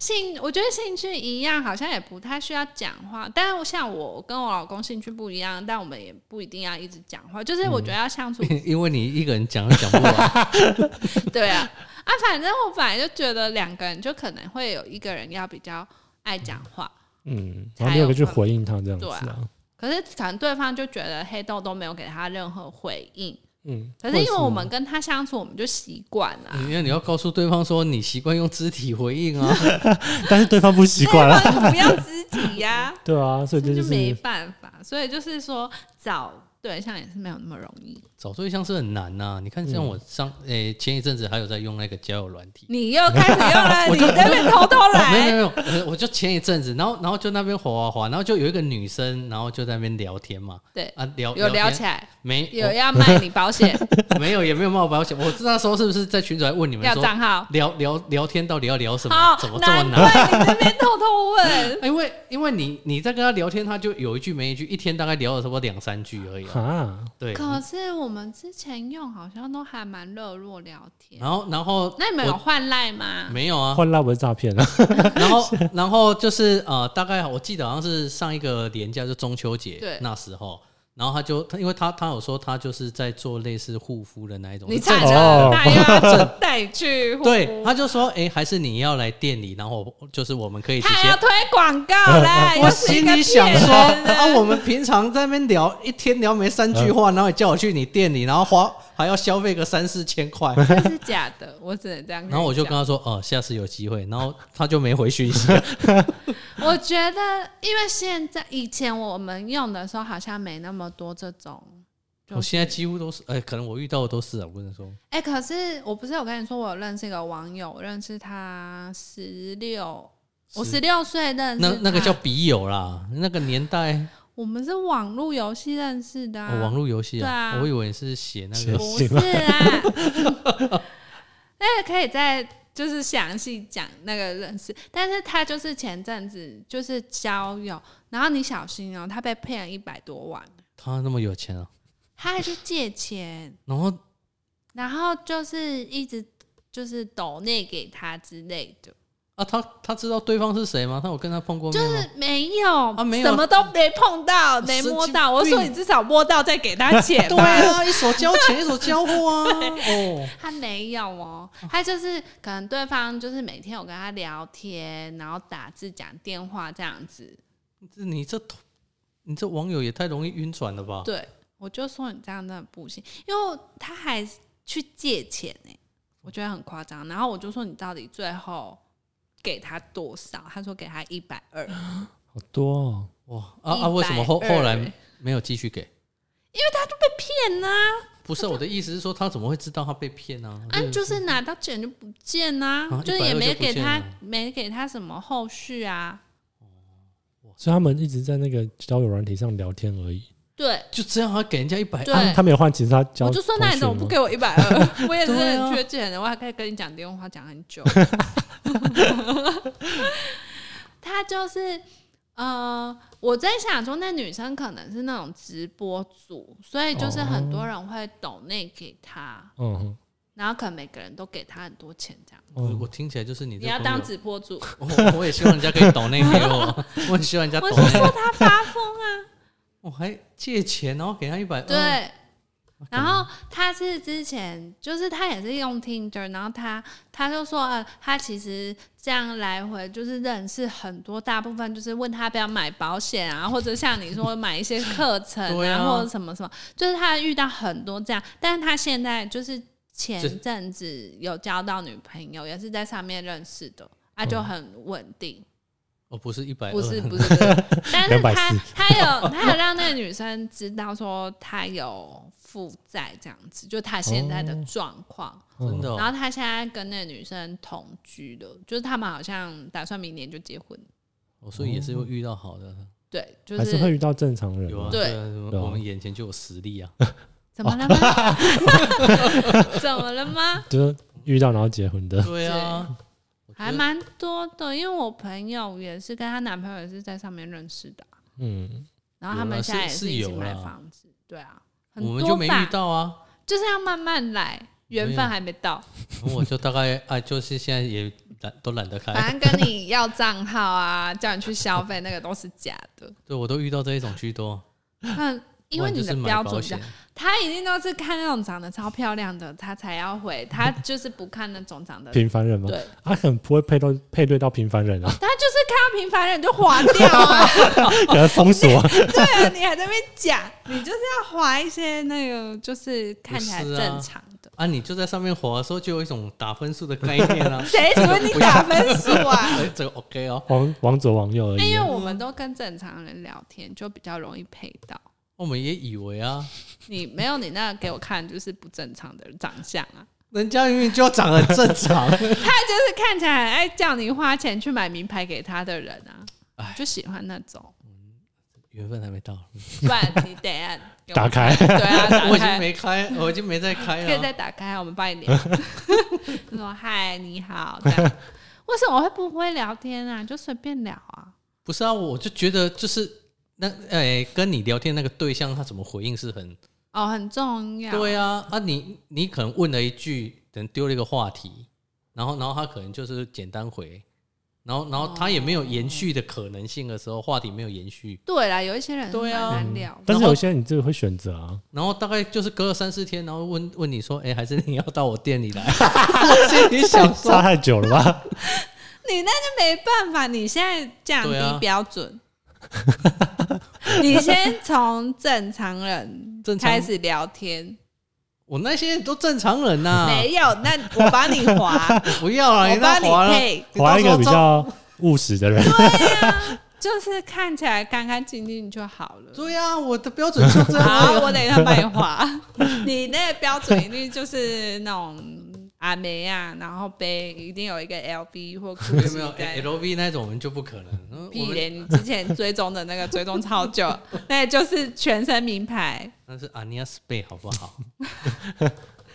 Speaker 1: 兴，我觉得兴趣一样，好像也不太需要讲话。但是像我跟我老公兴趣不一样，但我们也不一定要一直讲话，就是我觉
Speaker 3: 嗯
Speaker 1: 得要相 处
Speaker 3: 因为你一个人讲都讲不完，
Speaker 1: 对啊，啊，反正我本来就觉得两个人就可能会有一个人要比较爱讲话，
Speaker 2: 嗯，然后你有个去回应他这样子
Speaker 1: 对
Speaker 2: 啊，
Speaker 1: 可是可能对方就觉得黑豆都没有给他任何回应。
Speaker 2: 嗯，
Speaker 1: 可是因为我们跟他相处，我们就习惯了啊。
Speaker 3: 因为你要告诉对方说你习惯用肢体回应啊，
Speaker 2: 但是对方不习惯啊了，
Speaker 1: 啊不要肢体呀、
Speaker 2: 对啊， 所以
Speaker 1: 那
Speaker 2: 这
Speaker 1: 就
Speaker 2: 就
Speaker 1: 是没办法。所以就是说，找对象也是没有那么容易。
Speaker 3: 找对象是很难呐、你看，
Speaker 2: 嗯
Speaker 3: 像我上诶、前一阵子还有在用那个交友软体，
Speaker 1: 你又开始用 了，你在那边偷偷
Speaker 3: 没有没有
Speaker 1: 来，
Speaker 3: 没有呃，我就前一阵子，然后然后就那边滑滑滑，然后就有一个女生，然后就在那边聊天嘛，
Speaker 1: 对，
Speaker 3: 啊聊
Speaker 1: 有聊
Speaker 3: 天
Speaker 1: 起来，
Speaker 3: 没
Speaker 1: 有要卖你保险，
Speaker 3: 我没有也没有冒保险，我那时候是不是在群主还 问你们
Speaker 1: 要
Speaker 3: 说
Speaker 1: 账号。
Speaker 3: 聊聊聊天到底要聊什么？
Speaker 1: 好
Speaker 3: 怎么，这么
Speaker 1: 难
Speaker 3: 难？
Speaker 1: 怪你这边偷偷问。
Speaker 3: 因为因为你你在跟他聊天，他就有一句没一句，一天大概聊了差不多两三句而已啊、
Speaker 2: 啊，
Speaker 3: 对，
Speaker 1: 可是我们之前用好像都还蛮热络聊天。
Speaker 3: 然后然后
Speaker 1: 那你们有换赖吗？
Speaker 3: 没有啊？
Speaker 2: 换辣不是诈骗 啊，
Speaker 3: 然后，然后就是呃，大概我记得好像是上一个年假，就中秋节
Speaker 1: 对
Speaker 3: 那时候，然后他就他，因为他他有说他就是在做类似护肤的那一种，
Speaker 1: 你
Speaker 3: 正
Speaker 1: 差
Speaker 2: 这
Speaker 1: 点
Speaker 2: 哦
Speaker 1: 带要带你去户
Speaker 3: 对，他就说哎、诶还是你要来店里，然后我就是我们可以直
Speaker 1: 他还要
Speaker 3: 接。
Speaker 1: 推广告嘞！
Speaker 3: 我
Speaker 1: 又是一
Speaker 3: 心
Speaker 1: 个
Speaker 3: 里想
Speaker 1: 骗
Speaker 3: 说，
Speaker 1: 人的
Speaker 3: 啊，我们平常在那边聊，一天聊没三句话，然后你叫我去你店里，然后花还要消费个三四千 块，
Speaker 1: 这是假的，我只能这样。
Speaker 3: 然后我就跟，他说，哦、下次有机会，然后他就没回讯息。
Speaker 1: 我觉得，因为现在以前我们用的时候好像没那么多这种，
Speaker 3: 我现在几乎都是，哎、可能我遇到的都是啊，我跟你说，
Speaker 1: 哎、可是我不是有跟你说，我有认识一个网友，我认识他十六，我
Speaker 3: 是
Speaker 1: 十六岁认识
Speaker 3: 那那个
Speaker 1: 他
Speaker 3: 叫笔友啦，那个年代、
Speaker 1: 我们是网络游戏认识的、啊
Speaker 3: 哦、网络游戏
Speaker 1: 对
Speaker 3: 啊，
Speaker 1: 啊
Speaker 3: 我以为是写那
Speaker 2: 写
Speaker 3: 个
Speaker 1: 不是啊， 那个可以再就是详细讲那个认识，但是他就是前阵子就是交友，然后你小心哦、他被骗了一百多万，
Speaker 3: 他那么有钱啊，
Speaker 1: 他还去借钱，
Speaker 3: 然后
Speaker 1: 然后就是一直就是抖内给他之类的，
Speaker 3: 啊，他他知道对方是谁吗？他有跟他碰过面吗？
Speaker 1: 没有，
Speaker 3: 啊没有
Speaker 1: 什么都没碰到，没摸到。我
Speaker 3: 神经病
Speaker 1: 说你至少摸到再给他钱吧。
Speaker 3: 对啊，一手交钱，一手交货 啊！哦，
Speaker 1: 他没有哦，他就是可能对方就是每天有跟他聊天，然后打字、讲电话这样子。
Speaker 3: 这你这你这网友也太容易晕船了吧？
Speaker 1: 对，我就说你这样真的不行，因为他还去借钱呢、我觉得很夸张。然后我就说你到底最后给他多少？他说给他一百二，
Speaker 2: 好多哦，
Speaker 3: 哇啊啊！为什么后
Speaker 1: 120
Speaker 3: 后来没有继续给？
Speaker 1: 骗啊！
Speaker 3: 不是我的意思是说，他怎么会知道他被骗呢？
Speaker 1: 啊，就是拿到钱就不见呐、
Speaker 3: 啊
Speaker 1: 就是也
Speaker 3: 120
Speaker 1: 没
Speaker 3: 就不见
Speaker 1: 给他
Speaker 3: 了
Speaker 1: 没给他什么后续啊。
Speaker 2: 所以他们一直在那个交友软体上聊天而已。
Speaker 1: 对，
Speaker 3: 就这样，他给人家一百
Speaker 1: 对
Speaker 3: 啊
Speaker 2: 他没有换其他交，
Speaker 1: 我就说那你怎么不给？我一百二？我也是很缺钱的，我还可以跟你讲电话讲很久。他就是呃，我在想说，那女生可能是那种直播主，所以就是很多人会抖内给他，
Speaker 2: 嗯
Speaker 1: 然后可能每个人都给他很多钱这样。
Speaker 3: 我
Speaker 2: 嗯
Speaker 3: 我，听起来就是你
Speaker 1: 你
Speaker 3: 这
Speaker 1: 要
Speaker 3: 朋
Speaker 1: 当
Speaker 3: 友哦
Speaker 1: 直播主，
Speaker 3: 我我也希望人家可以抖内给我， 我也希望人家抖
Speaker 1: 我是
Speaker 3: 内，
Speaker 1: 说他发疯啊。
Speaker 3: 我哦还借钱，然后给他一百，嗯，
Speaker 1: 对。然后他是之前，就是他也是用 Tinder，然后他他就说，呃，他其实这样来回就是认识很多，大部分就是问他要不要买保险啊，或者像你说买一些课程
Speaker 3: 对
Speaker 1: 啊，
Speaker 3: 啊
Speaker 1: 或者什么什么，就是他遇到很多这样，但是他现在就是
Speaker 3: 这
Speaker 1: 前阵子有交到女朋友，也是在上面认识的，啊，就很稳定。
Speaker 3: 哦，不是一百，
Speaker 1: 不 是不 是，不是但是他
Speaker 2: 240
Speaker 1: 他有他有让那个女生知道说他有负债这样子，就他现在的
Speaker 2: 哦
Speaker 1: 状况。
Speaker 3: 真的
Speaker 1: 然
Speaker 3: 哦，
Speaker 1: 后他现在跟那个女生同居了，就是他们好像打算明年就结婚。
Speaker 3: 我哦所以也是会遇到好的，
Speaker 1: 对，就
Speaker 2: 还是会遇到正常人
Speaker 3: 有啊，
Speaker 2: 啊。
Speaker 1: 对
Speaker 3: 啊
Speaker 2: 嗯对啊
Speaker 3: 我们眼前就有实 力啊，
Speaker 1: 怎么了 吗？怎么了吗？
Speaker 2: 就是遇到然后结婚的，
Speaker 3: 对啊，我觉得
Speaker 1: 还蛮多的，因为我朋友也是跟她男朋友也是在上面认识的啊，
Speaker 2: 嗯，
Speaker 1: 然后他们
Speaker 3: 有啦啊
Speaker 1: 现在也
Speaker 3: 是
Speaker 1: 一起
Speaker 3: 是有
Speaker 1: 买
Speaker 3: 啦
Speaker 1: 房子。对啊，很
Speaker 3: 我们
Speaker 1: 多
Speaker 3: 就没
Speaker 1: 吧
Speaker 3: 遇到啊，
Speaker 1: 就是要慢慢来，缘
Speaker 3: 没有
Speaker 1: 分还没到。
Speaker 3: 我就大概啊，就是现在也懒都懒得开，
Speaker 1: 反正跟你要账号啊，叫你去消费，那个都是假的。
Speaker 3: 对我都遇到这一种居多，
Speaker 1: 嗯，因为
Speaker 3: 不然
Speaker 1: 你
Speaker 3: 就是
Speaker 1: 的
Speaker 3: 买
Speaker 1: 标
Speaker 3: 保
Speaker 1: 准
Speaker 3: 险
Speaker 1: 价，他一定都是看那种长得超漂亮的，他才要回，他就是不看那种长得。
Speaker 2: 平凡人嘛，
Speaker 1: 对，
Speaker 2: 他很不会配到配对到平凡人 啊，
Speaker 1: 他就是看到平凡人就划掉 啊！
Speaker 2: 给他封锁。
Speaker 1: 对啊，你还在那边讲，你就是要划一些那个，就是看起来
Speaker 3: 不是啊
Speaker 1: 正常的。，
Speaker 3: 啊，你就在上面滑的时候就有一种打分数的概念 啊
Speaker 1: 谁准你打分数啊？
Speaker 3: 哎，这个 OK 哦，
Speaker 2: 往往左往右而
Speaker 1: 那
Speaker 2: 已
Speaker 1: 因为
Speaker 2: 啊。
Speaker 1: 我们都跟正常人聊天，就比较容易配到。
Speaker 3: 我们也以为啊，
Speaker 1: 你没有你那个给我看，就是不正常的长相啊。
Speaker 3: 人家明明就长得很正常，
Speaker 1: 他就是看起来很爱叫你花钱去买名牌给他的人啊，就喜欢那种。
Speaker 3: 缘分还没到，
Speaker 1: 不然你等一下给我
Speaker 2: 打开
Speaker 1: 对 啊，打
Speaker 3: 我已经
Speaker 1: 开，
Speaker 3: 没开，我已经没 在开
Speaker 1: 可以
Speaker 3: 了
Speaker 1: 再。打开，我们帮你聊。 他说嗨，你好，这样。为什么会不会聊天啊？就随便聊啊。
Speaker 3: 不是啊，我就觉得就是那哎，跟你聊天那个对象他怎么回应是很
Speaker 1: 哦，很重要。
Speaker 3: 对啊啊，你你可能问了一句，可能丢了一个话题，然后然后他可能就是简单回，然后然后他也没有延续的可能性的时候，话题没有延续，
Speaker 1: 对啦，有一些人
Speaker 3: 对啊
Speaker 1: 蛮难聊。
Speaker 2: 嗯但是有些人你自己会选择 啊，
Speaker 3: 然后大概就是隔了三四天，然后问问你说，哎，还是你要到我店里来？ 我心里想
Speaker 2: 差
Speaker 3: 说，
Speaker 2: 太久了吧？
Speaker 1: 你那就没办法，你现在降
Speaker 3: 对啊
Speaker 1: 低标 准。你先从正常人
Speaker 3: 正常
Speaker 1: 开始聊天，
Speaker 3: 我那些都正常人呐、
Speaker 1: 没有，那我帮你 划，
Speaker 3: 不要了，
Speaker 1: 我
Speaker 3: 啊哦你那
Speaker 1: 帮
Speaker 3: 滑
Speaker 1: 你
Speaker 3: 了，
Speaker 1: 配，
Speaker 3: 你
Speaker 2: 划
Speaker 3: 到
Speaker 2: 一
Speaker 3: 时
Speaker 2: 个
Speaker 3: 候
Speaker 2: 比
Speaker 3: 照
Speaker 2: 较务实的人，
Speaker 1: 就是看起来干干净净就好 了。
Speaker 3: 对呀、我的标准就这样。啊
Speaker 1: 好，我等一下帮你划。 你那个标准一定就是那种阿梅啊，然后背一定有一个 LV 或
Speaker 3: 没有
Speaker 1: GUCCI
Speaker 3: 没有
Speaker 1: 在。
Speaker 3: L V 那种我们就不可能，嗯我
Speaker 1: 屁
Speaker 3: 们
Speaker 1: 嘞！你之前追踪的那个追踪超久，那就是全身名牌，
Speaker 3: 那是 Ania Space 好不 好？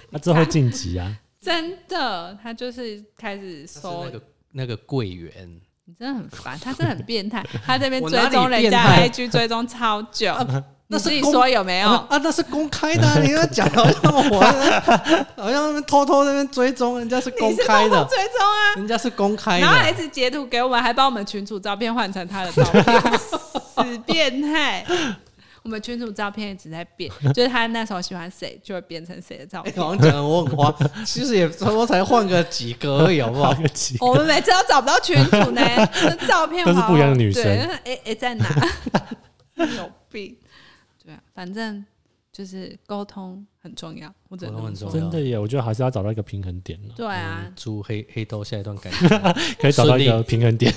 Speaker 2: 那之后晋级啊，
Speaker 1: 真的，他就是开始
Speaker 3: 是
Speaker 1: 收
Speaker 3: 那个那个柜员
Speaker 1: 你真的很烦，他真的很变态，他这边
Speaker 3: 我
Speaker 1: 追
Speaker 3: 哪里
Speaker 1: 踪人
Speaker 3: 变
Speaker 1: 家
Speaker 3: 态
Speaker 1: IG 追踪超久，你
Speaker 3: 那
Speaker 1: 自
Speaker 3: 是
Speaker 1: 己
Speaker 3: 公
Speaker 1: 说有没有？
Speaker 3: 啊， 那是公 开的啊、你要讲好像我好像那 边偷偷那边追踪，人家是 公
Speaker 1: 你是
Speaker 3: 开
Speaker 1: 偷偷
Speaker 3: 的，
Speaker 1: 追踪啊，
Speaker 3: 人家是公开
Speaker 1: 然后还一
Speaker 3: 的。
Speaker 1: 直截图给我们，还把我们群主照片换成他的照片，死变态！我们群主照片一直在变，就是他那时候喜欢谁，就会变成谁的照
Speaker 3: 哎
Speaker 1: 片。
Speaker 3: 好像讲的我很花， 其实也差不多才换个几格而已，好不 好
Speaker 2: 发？个急，
Speaker 1: 哦我们每次都找不到群主呢，那照片
Speaker 2: 都是不一样的女生
Speaker 1: 对，哎哎、诶在哪？有病！对啊，反正就是沟通很重要，我只能这么
Speaker 3: 沟通很重
Speaker 1: 说
Speaker 3: 要。
Speaker 2: 真的耶！我觉得还是要找到一个平衡点了，
Speaker 1: 对啊，
Speaker 3: 祝黑黑豆下一段感情。
Speaker 2: 可以找到一个平衡点。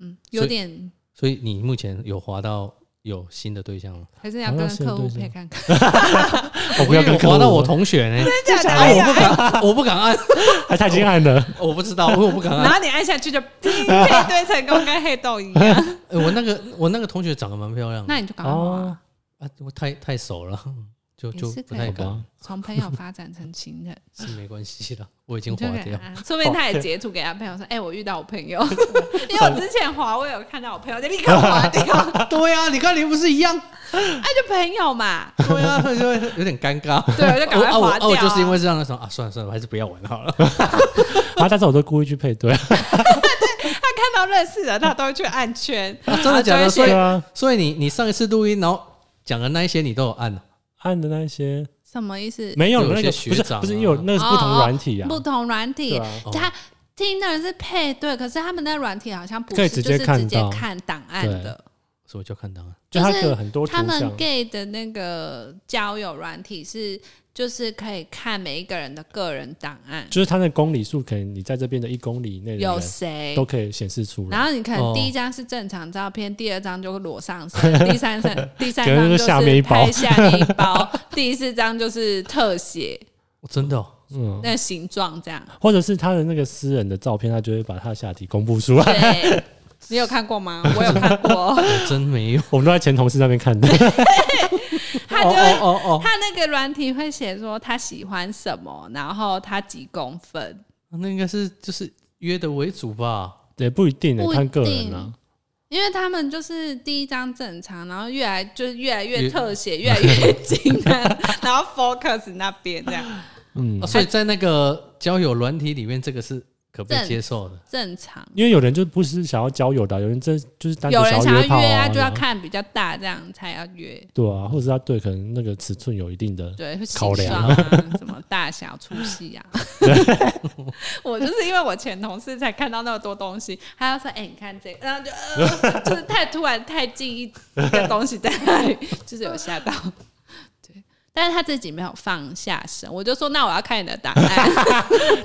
Speaker 1: 嗯，
Speaker 3: 所
Speaker 1: 有
Speaker 3: 以
Speaker 1: 点
Speaker 3: 所以你目前有滑到有新的对象吗？
Speaker 1: 还是要跟客户配看看，哦
Speaker 2: 我不要跟
Speaker 3: 我
Speaker 2: 客户
Speaker 3: 滑到我同学呢、
Speaker 1: 真的假的
Speaker 3: 啊，我不敢，我不敢按，
Speaker 2: 还太心暗 了，
Speaker 3: 我不知道，我不敢按
Speaker 1: 然。后你按下去就 配对成功，跟黑豆一样。
Speaker 3: 哎我那个我那个同学长得蛮漂亮的，
Speaker 1: 那你就赶快滑
Speaker 2: 嗯哦
Speaker 3: 啊，我太太熟了， 就
Speaker 1: 也
Speaker 3: 就是不
Speaker 1: 可以
Speaker 3: 太
Speaker 2: 好
Speaker 3: 敢
Speaker 2: 吧，
Speaker 1: 从朋友发展成情 人，
Speaker 3: 是没关系 的，我已经
Speaker 1: 你就
Speaker 3: 滑
Speaker 1: 可以
Speaker 3: 掉。
Speaker 1: 啊， 说不定他也截图给他朋友说：“哎、我遇到我朋 友， 因为我之前滑，我有看到我朋友就立刻滑 掉，哎、
Speaker 3: 对啊，你看你不是一样？
Speaker 1: 就朋友嘛，
Speaker 3: 对啊， 就会有点尴尬。
Speaker 1: 对， 我就 赶
Speaker 2: 哦
Speaker 1: 快
Speaker 3: 啊我
Speaker 1: 滑
Speaker 3: 啊
Speaker 1: 掉、
Speaker 3: 我就是因为这样的时候啊，算了算了，还是不要玩 好了。
Speaker 2: 啊！但是我都故意去配对，啊
Speaker 1: 他看到认识人，他都会去按圈，
Speaker 3: 啊真的假的
Speaker 1: 然后就会
Speaker 3: 所以
Speaker 1: 写
Speaker 2: 对啊，
Speaker 3: 所以你你上一次录音，然后讲的那一些你都有按哦，
Speaker 2: 按的那些
Speaker 1: 什么意思？
Speaker 2: 没有
Speaker 3: 就有
Speaker 2: 那
Speaker 3: 些
Speaker 2: 个不
Speaker 3: 学
Speaker 2: 是
Speaker 3: 长啊
Speaker 2: 不是有那个是不同软体
Speaker 1: 呃
Speaker 2: 啊，
Speaker 1: 哦不同软体，
Speaker 2: 对啊
Speaker 3: 哦
Speaker 1: 他听的是配对，可是他们那软体好像不
Speaker 2: 可以
Speaker 1: 是，
Speaker 2: 直
Speaker 1: 就
Speaker 2: 接
Speaker 1: 是
Speaker 2: 看
Speaker 1: 直接
Speaker 2: 到
Speaker 1: 看档案
Speaker 2: 对
Speaker 1: 的。
Speaker 3: 所以我就看到了。
Speaker 2: 就
Speaker 1: 就
Speaker 2: 它
Speaker 1: 是
Speaker 2: 的很多图
Speaker 1: 他们
Speaker 2: 像，
Speaker 1: gay 的那个交友软体是，就是可以看每一个人的个人档案，
Speaker 2: 就是它的公里数，可能你在这边的一公里以内的
Speaker 1: 有
Speaker 2: 人
Speaker 1: 谁
Speaker 2: 都。可以哦显示出来，
Speaker 1: 然后你可能第一张是正常照片，第二张就裸上身，第三 张第三
Speaker 2: 可能
Speaker 1: 张
Speaker 2: 是
Speaker 1: 就
Speaker 2: 下面一
Speaker 1: 是
Speaker 2: 包
Speaker 1: 拍下面一包，第四张就是特写
Speaker 3: 哦真的 哦，
Speaker 2: 嗯，
Speaker 1: 那形状这样。
Speaker 2: 或者是他的那个私人的照片，他就会把他的下体公布出来。
Speaker 1: 对，你有看过吗？我有看 过，
Speaker 3: 我哦真没有。
Speaker 2: 我们都在前同事那边 看的，
Speaker 1: 他
Speaker 3: 哦
Speaker 1: 就会
Speaker 3: 哦哦
Speaker 1: 他那个软体会写说他喜欢什么，然后他几公分。
Speaker 3: 哦，那应该是就是约的为主吧？
Speaker 2: 也不一定的，
Speaker 1: 不一定
Speaker 2: 看个人啊。
Speaker 1: 因为他们就是第一张正常，然后越来就是越来越
Speaker 3: 越
Speaker 1: 特写，越来越 近啊，然后 focus 那边这 样
Speaker 2: 嗯
Speaker 3: 啊，所以在那个交友软体里面，这个是可被接受的。
Speaker 1: 正常。
Speaker 2: 因为有人就不是想要交友的啊，有人真就是单
Speaker 1: 有
Speaker 2: 纯
Speaker 1: 人
Speaker 2: 想
Speaker 1: 想
Speaker 2: 约炮
Speaker 1: 要约
Speaker 2: 啊，
Speaker 1: 就要
Speaker 2: 然后
Speaker 1: 看比较大，这样才要约。
Speaker 2: 对啊，或者是他对可能那个尺寸有一定的，
Speaker 1: 对，会
Speaker 2: 考
Speaker 1: 形
Speaker 2: 量
Speaker 1: 状啊，什么大小、粗细 啊。我就是因为我前同事才看到那么多东西，他就说：“哎、你看这个。”然后就、呃、就是太突然、太近一一个东西在那里，就是有吓到。对，但是他自己没有放下身，我就说：“那我要看你的档案。”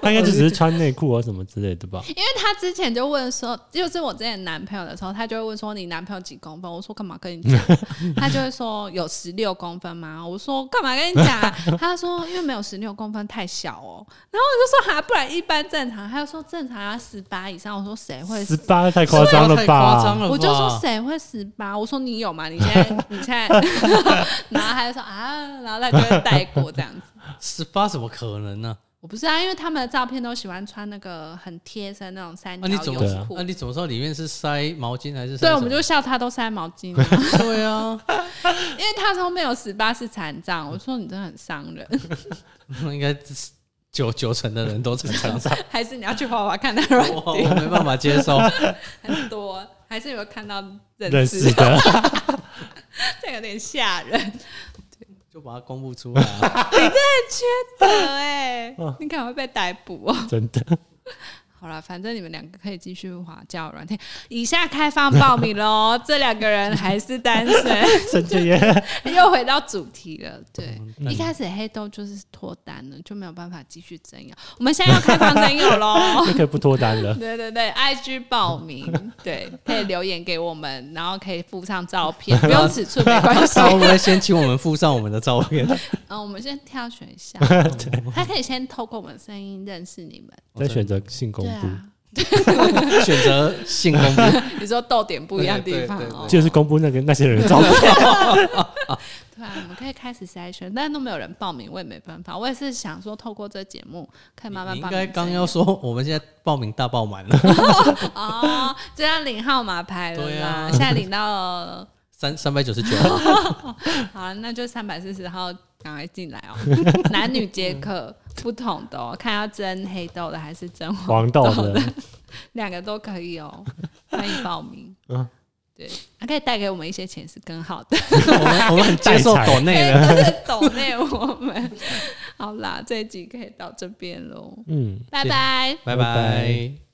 Speaker 2: 他应该就只是穿内裤啊什么之类的吧？
Speaker 1: 因为他之前就问说，就是我之前男朋友的时候，他就会问说你男朋友几公分？我说干嘛跟你讲？他就会说有十六公分吗？我说干嘛跟你讲、啊 他说因为没有十六公分太小哦。然后我就说哈、不然一般正常。他就说正常要十八以上。我说谁会？
Speaker 2: 十八太夸张了
Speaker 3: 太夸张
Speaker 2: 吧？
Speaker 3: 了吧？
Speaker 1: 我就说谁会十八？我说你有吗？你现 在你现在， 然后他就说啊，然后他就会带过这样子。
Speaker 3: 十八怎么可能呢、
Speaker 1: 我不知啊道，因为他们的照片都喜欢穿那个很贴身那种三角
Speaker 3: 啊？你怎么
Speaker 1: 泳
Speaker 2: 对啊
Speaker 1: 裤
Speaker 3: 啊？。你怎么知道里面是塞毛巾还是塞 什
Speaker 1: 对，啊
Speaker 3: 么？
Speaker 1: 我们就笑他都塞毛 巾、
Speaker 3: 对啊，
Speaker 1: 因为他说没有十八是残障，我说你真的很伤人，
Speaker 3: 应该九九成的人都是这 样子，
Speaker 1: 还是你要去画画看他软
Speaker 3: 我
Speaker 1: 体
Speaker 3: 我没办法接受。
Speaker 1: 很多，还是有看到认
Speaker 2: 认
Speaker 1: 识
Speaker 2: 识，的，
Speaker 1: 这有点吓人，
Speaker 3: 就把它公布出 来、啊。
Speaker 1: 对， 哎，
Speaker 3: 哦
Speaker 1: 你可能会被逮捕哦。
Speaker 2: 真的。
Speaker 1: 好了，反正你们两个可以继续滑交友软件，以下开放报名 喽。这两个人还是单身，
Speaker 2: 甚至也
Speaker 1: 又回到主题了。对，
Speaker 3: 嗯
Speaker 1: 一开始黑豆就是脱单了，就没有办法继续征友。我们现在要开放征友喽。
Speaker 2: 就可以不脱 单 了。
Speaker 1: 对对对，IG 报名，对，可以留言给我们，然后可以附上照片，不用尺寸没关系
Speaker 3: 那。会不会先请我们附上我们的照 片？
Speaker 1: 嗯，我们先挑选一下，他可以先透过我们声音认识你们。
Speaker 2: 再选择性公
Speaker 1: 对
Speaker 2: 布，
Speaker 1: 啊，
Speaker 3: 选择性公布，
Speaker 1: 你说逗点不一样的地方
Speaker 3: 对对对
Speaker 1: 哦
Speaker 3: 对，
Speaker 2: 就是公布那个那些人的照片。
Speaker 1: 对啊，我们可以开始筛选，但都没有人报名，我也没办法。我也是想说，透过这节目可以慢慢
Speaker 3: 你
Speaker 1: 报
Speaker 3: 应
Speaker 1: 名。
Speaker 3: 该刚要说，我们现在报名大 爆满了，
Speaker 1: 哦，这样领号码牌了
Speaker 3: 对
Speaker 1: 啦，
Speaker 3: 啊
Speaker 1: 现在领到
Speaker 3: 三三百九十 九，
Speaker 1: 好，那就三百四十号赶快进来 哦，男女皆可，不同的哦，看要蒸黑豆的还是蒸
Speaker 2: 黄豆
Speaker 1: 豆
Speaker 2: 的，
Speaker 1: 两个都可以哦，欢迎报名。
Speaker 2: 嗯
Speaker 1: 对，啊还可以带给我们一些钱是更好的，
Speaker 3: 我们我们很接受
Speaker 2: 代采
Speaker 3: 抖内 的，
Speaker 1: 但是懂内我们。好啦，这一集可以到这边喽，
Speaker 2: 嗯。
Speaker 1: 拜
Speaker 3: 谢
Speaker 1: 拜。
Speaker 3: 拜
Speaker 2: 拜
Speaker 3: 拜
Speaker 2: 拜。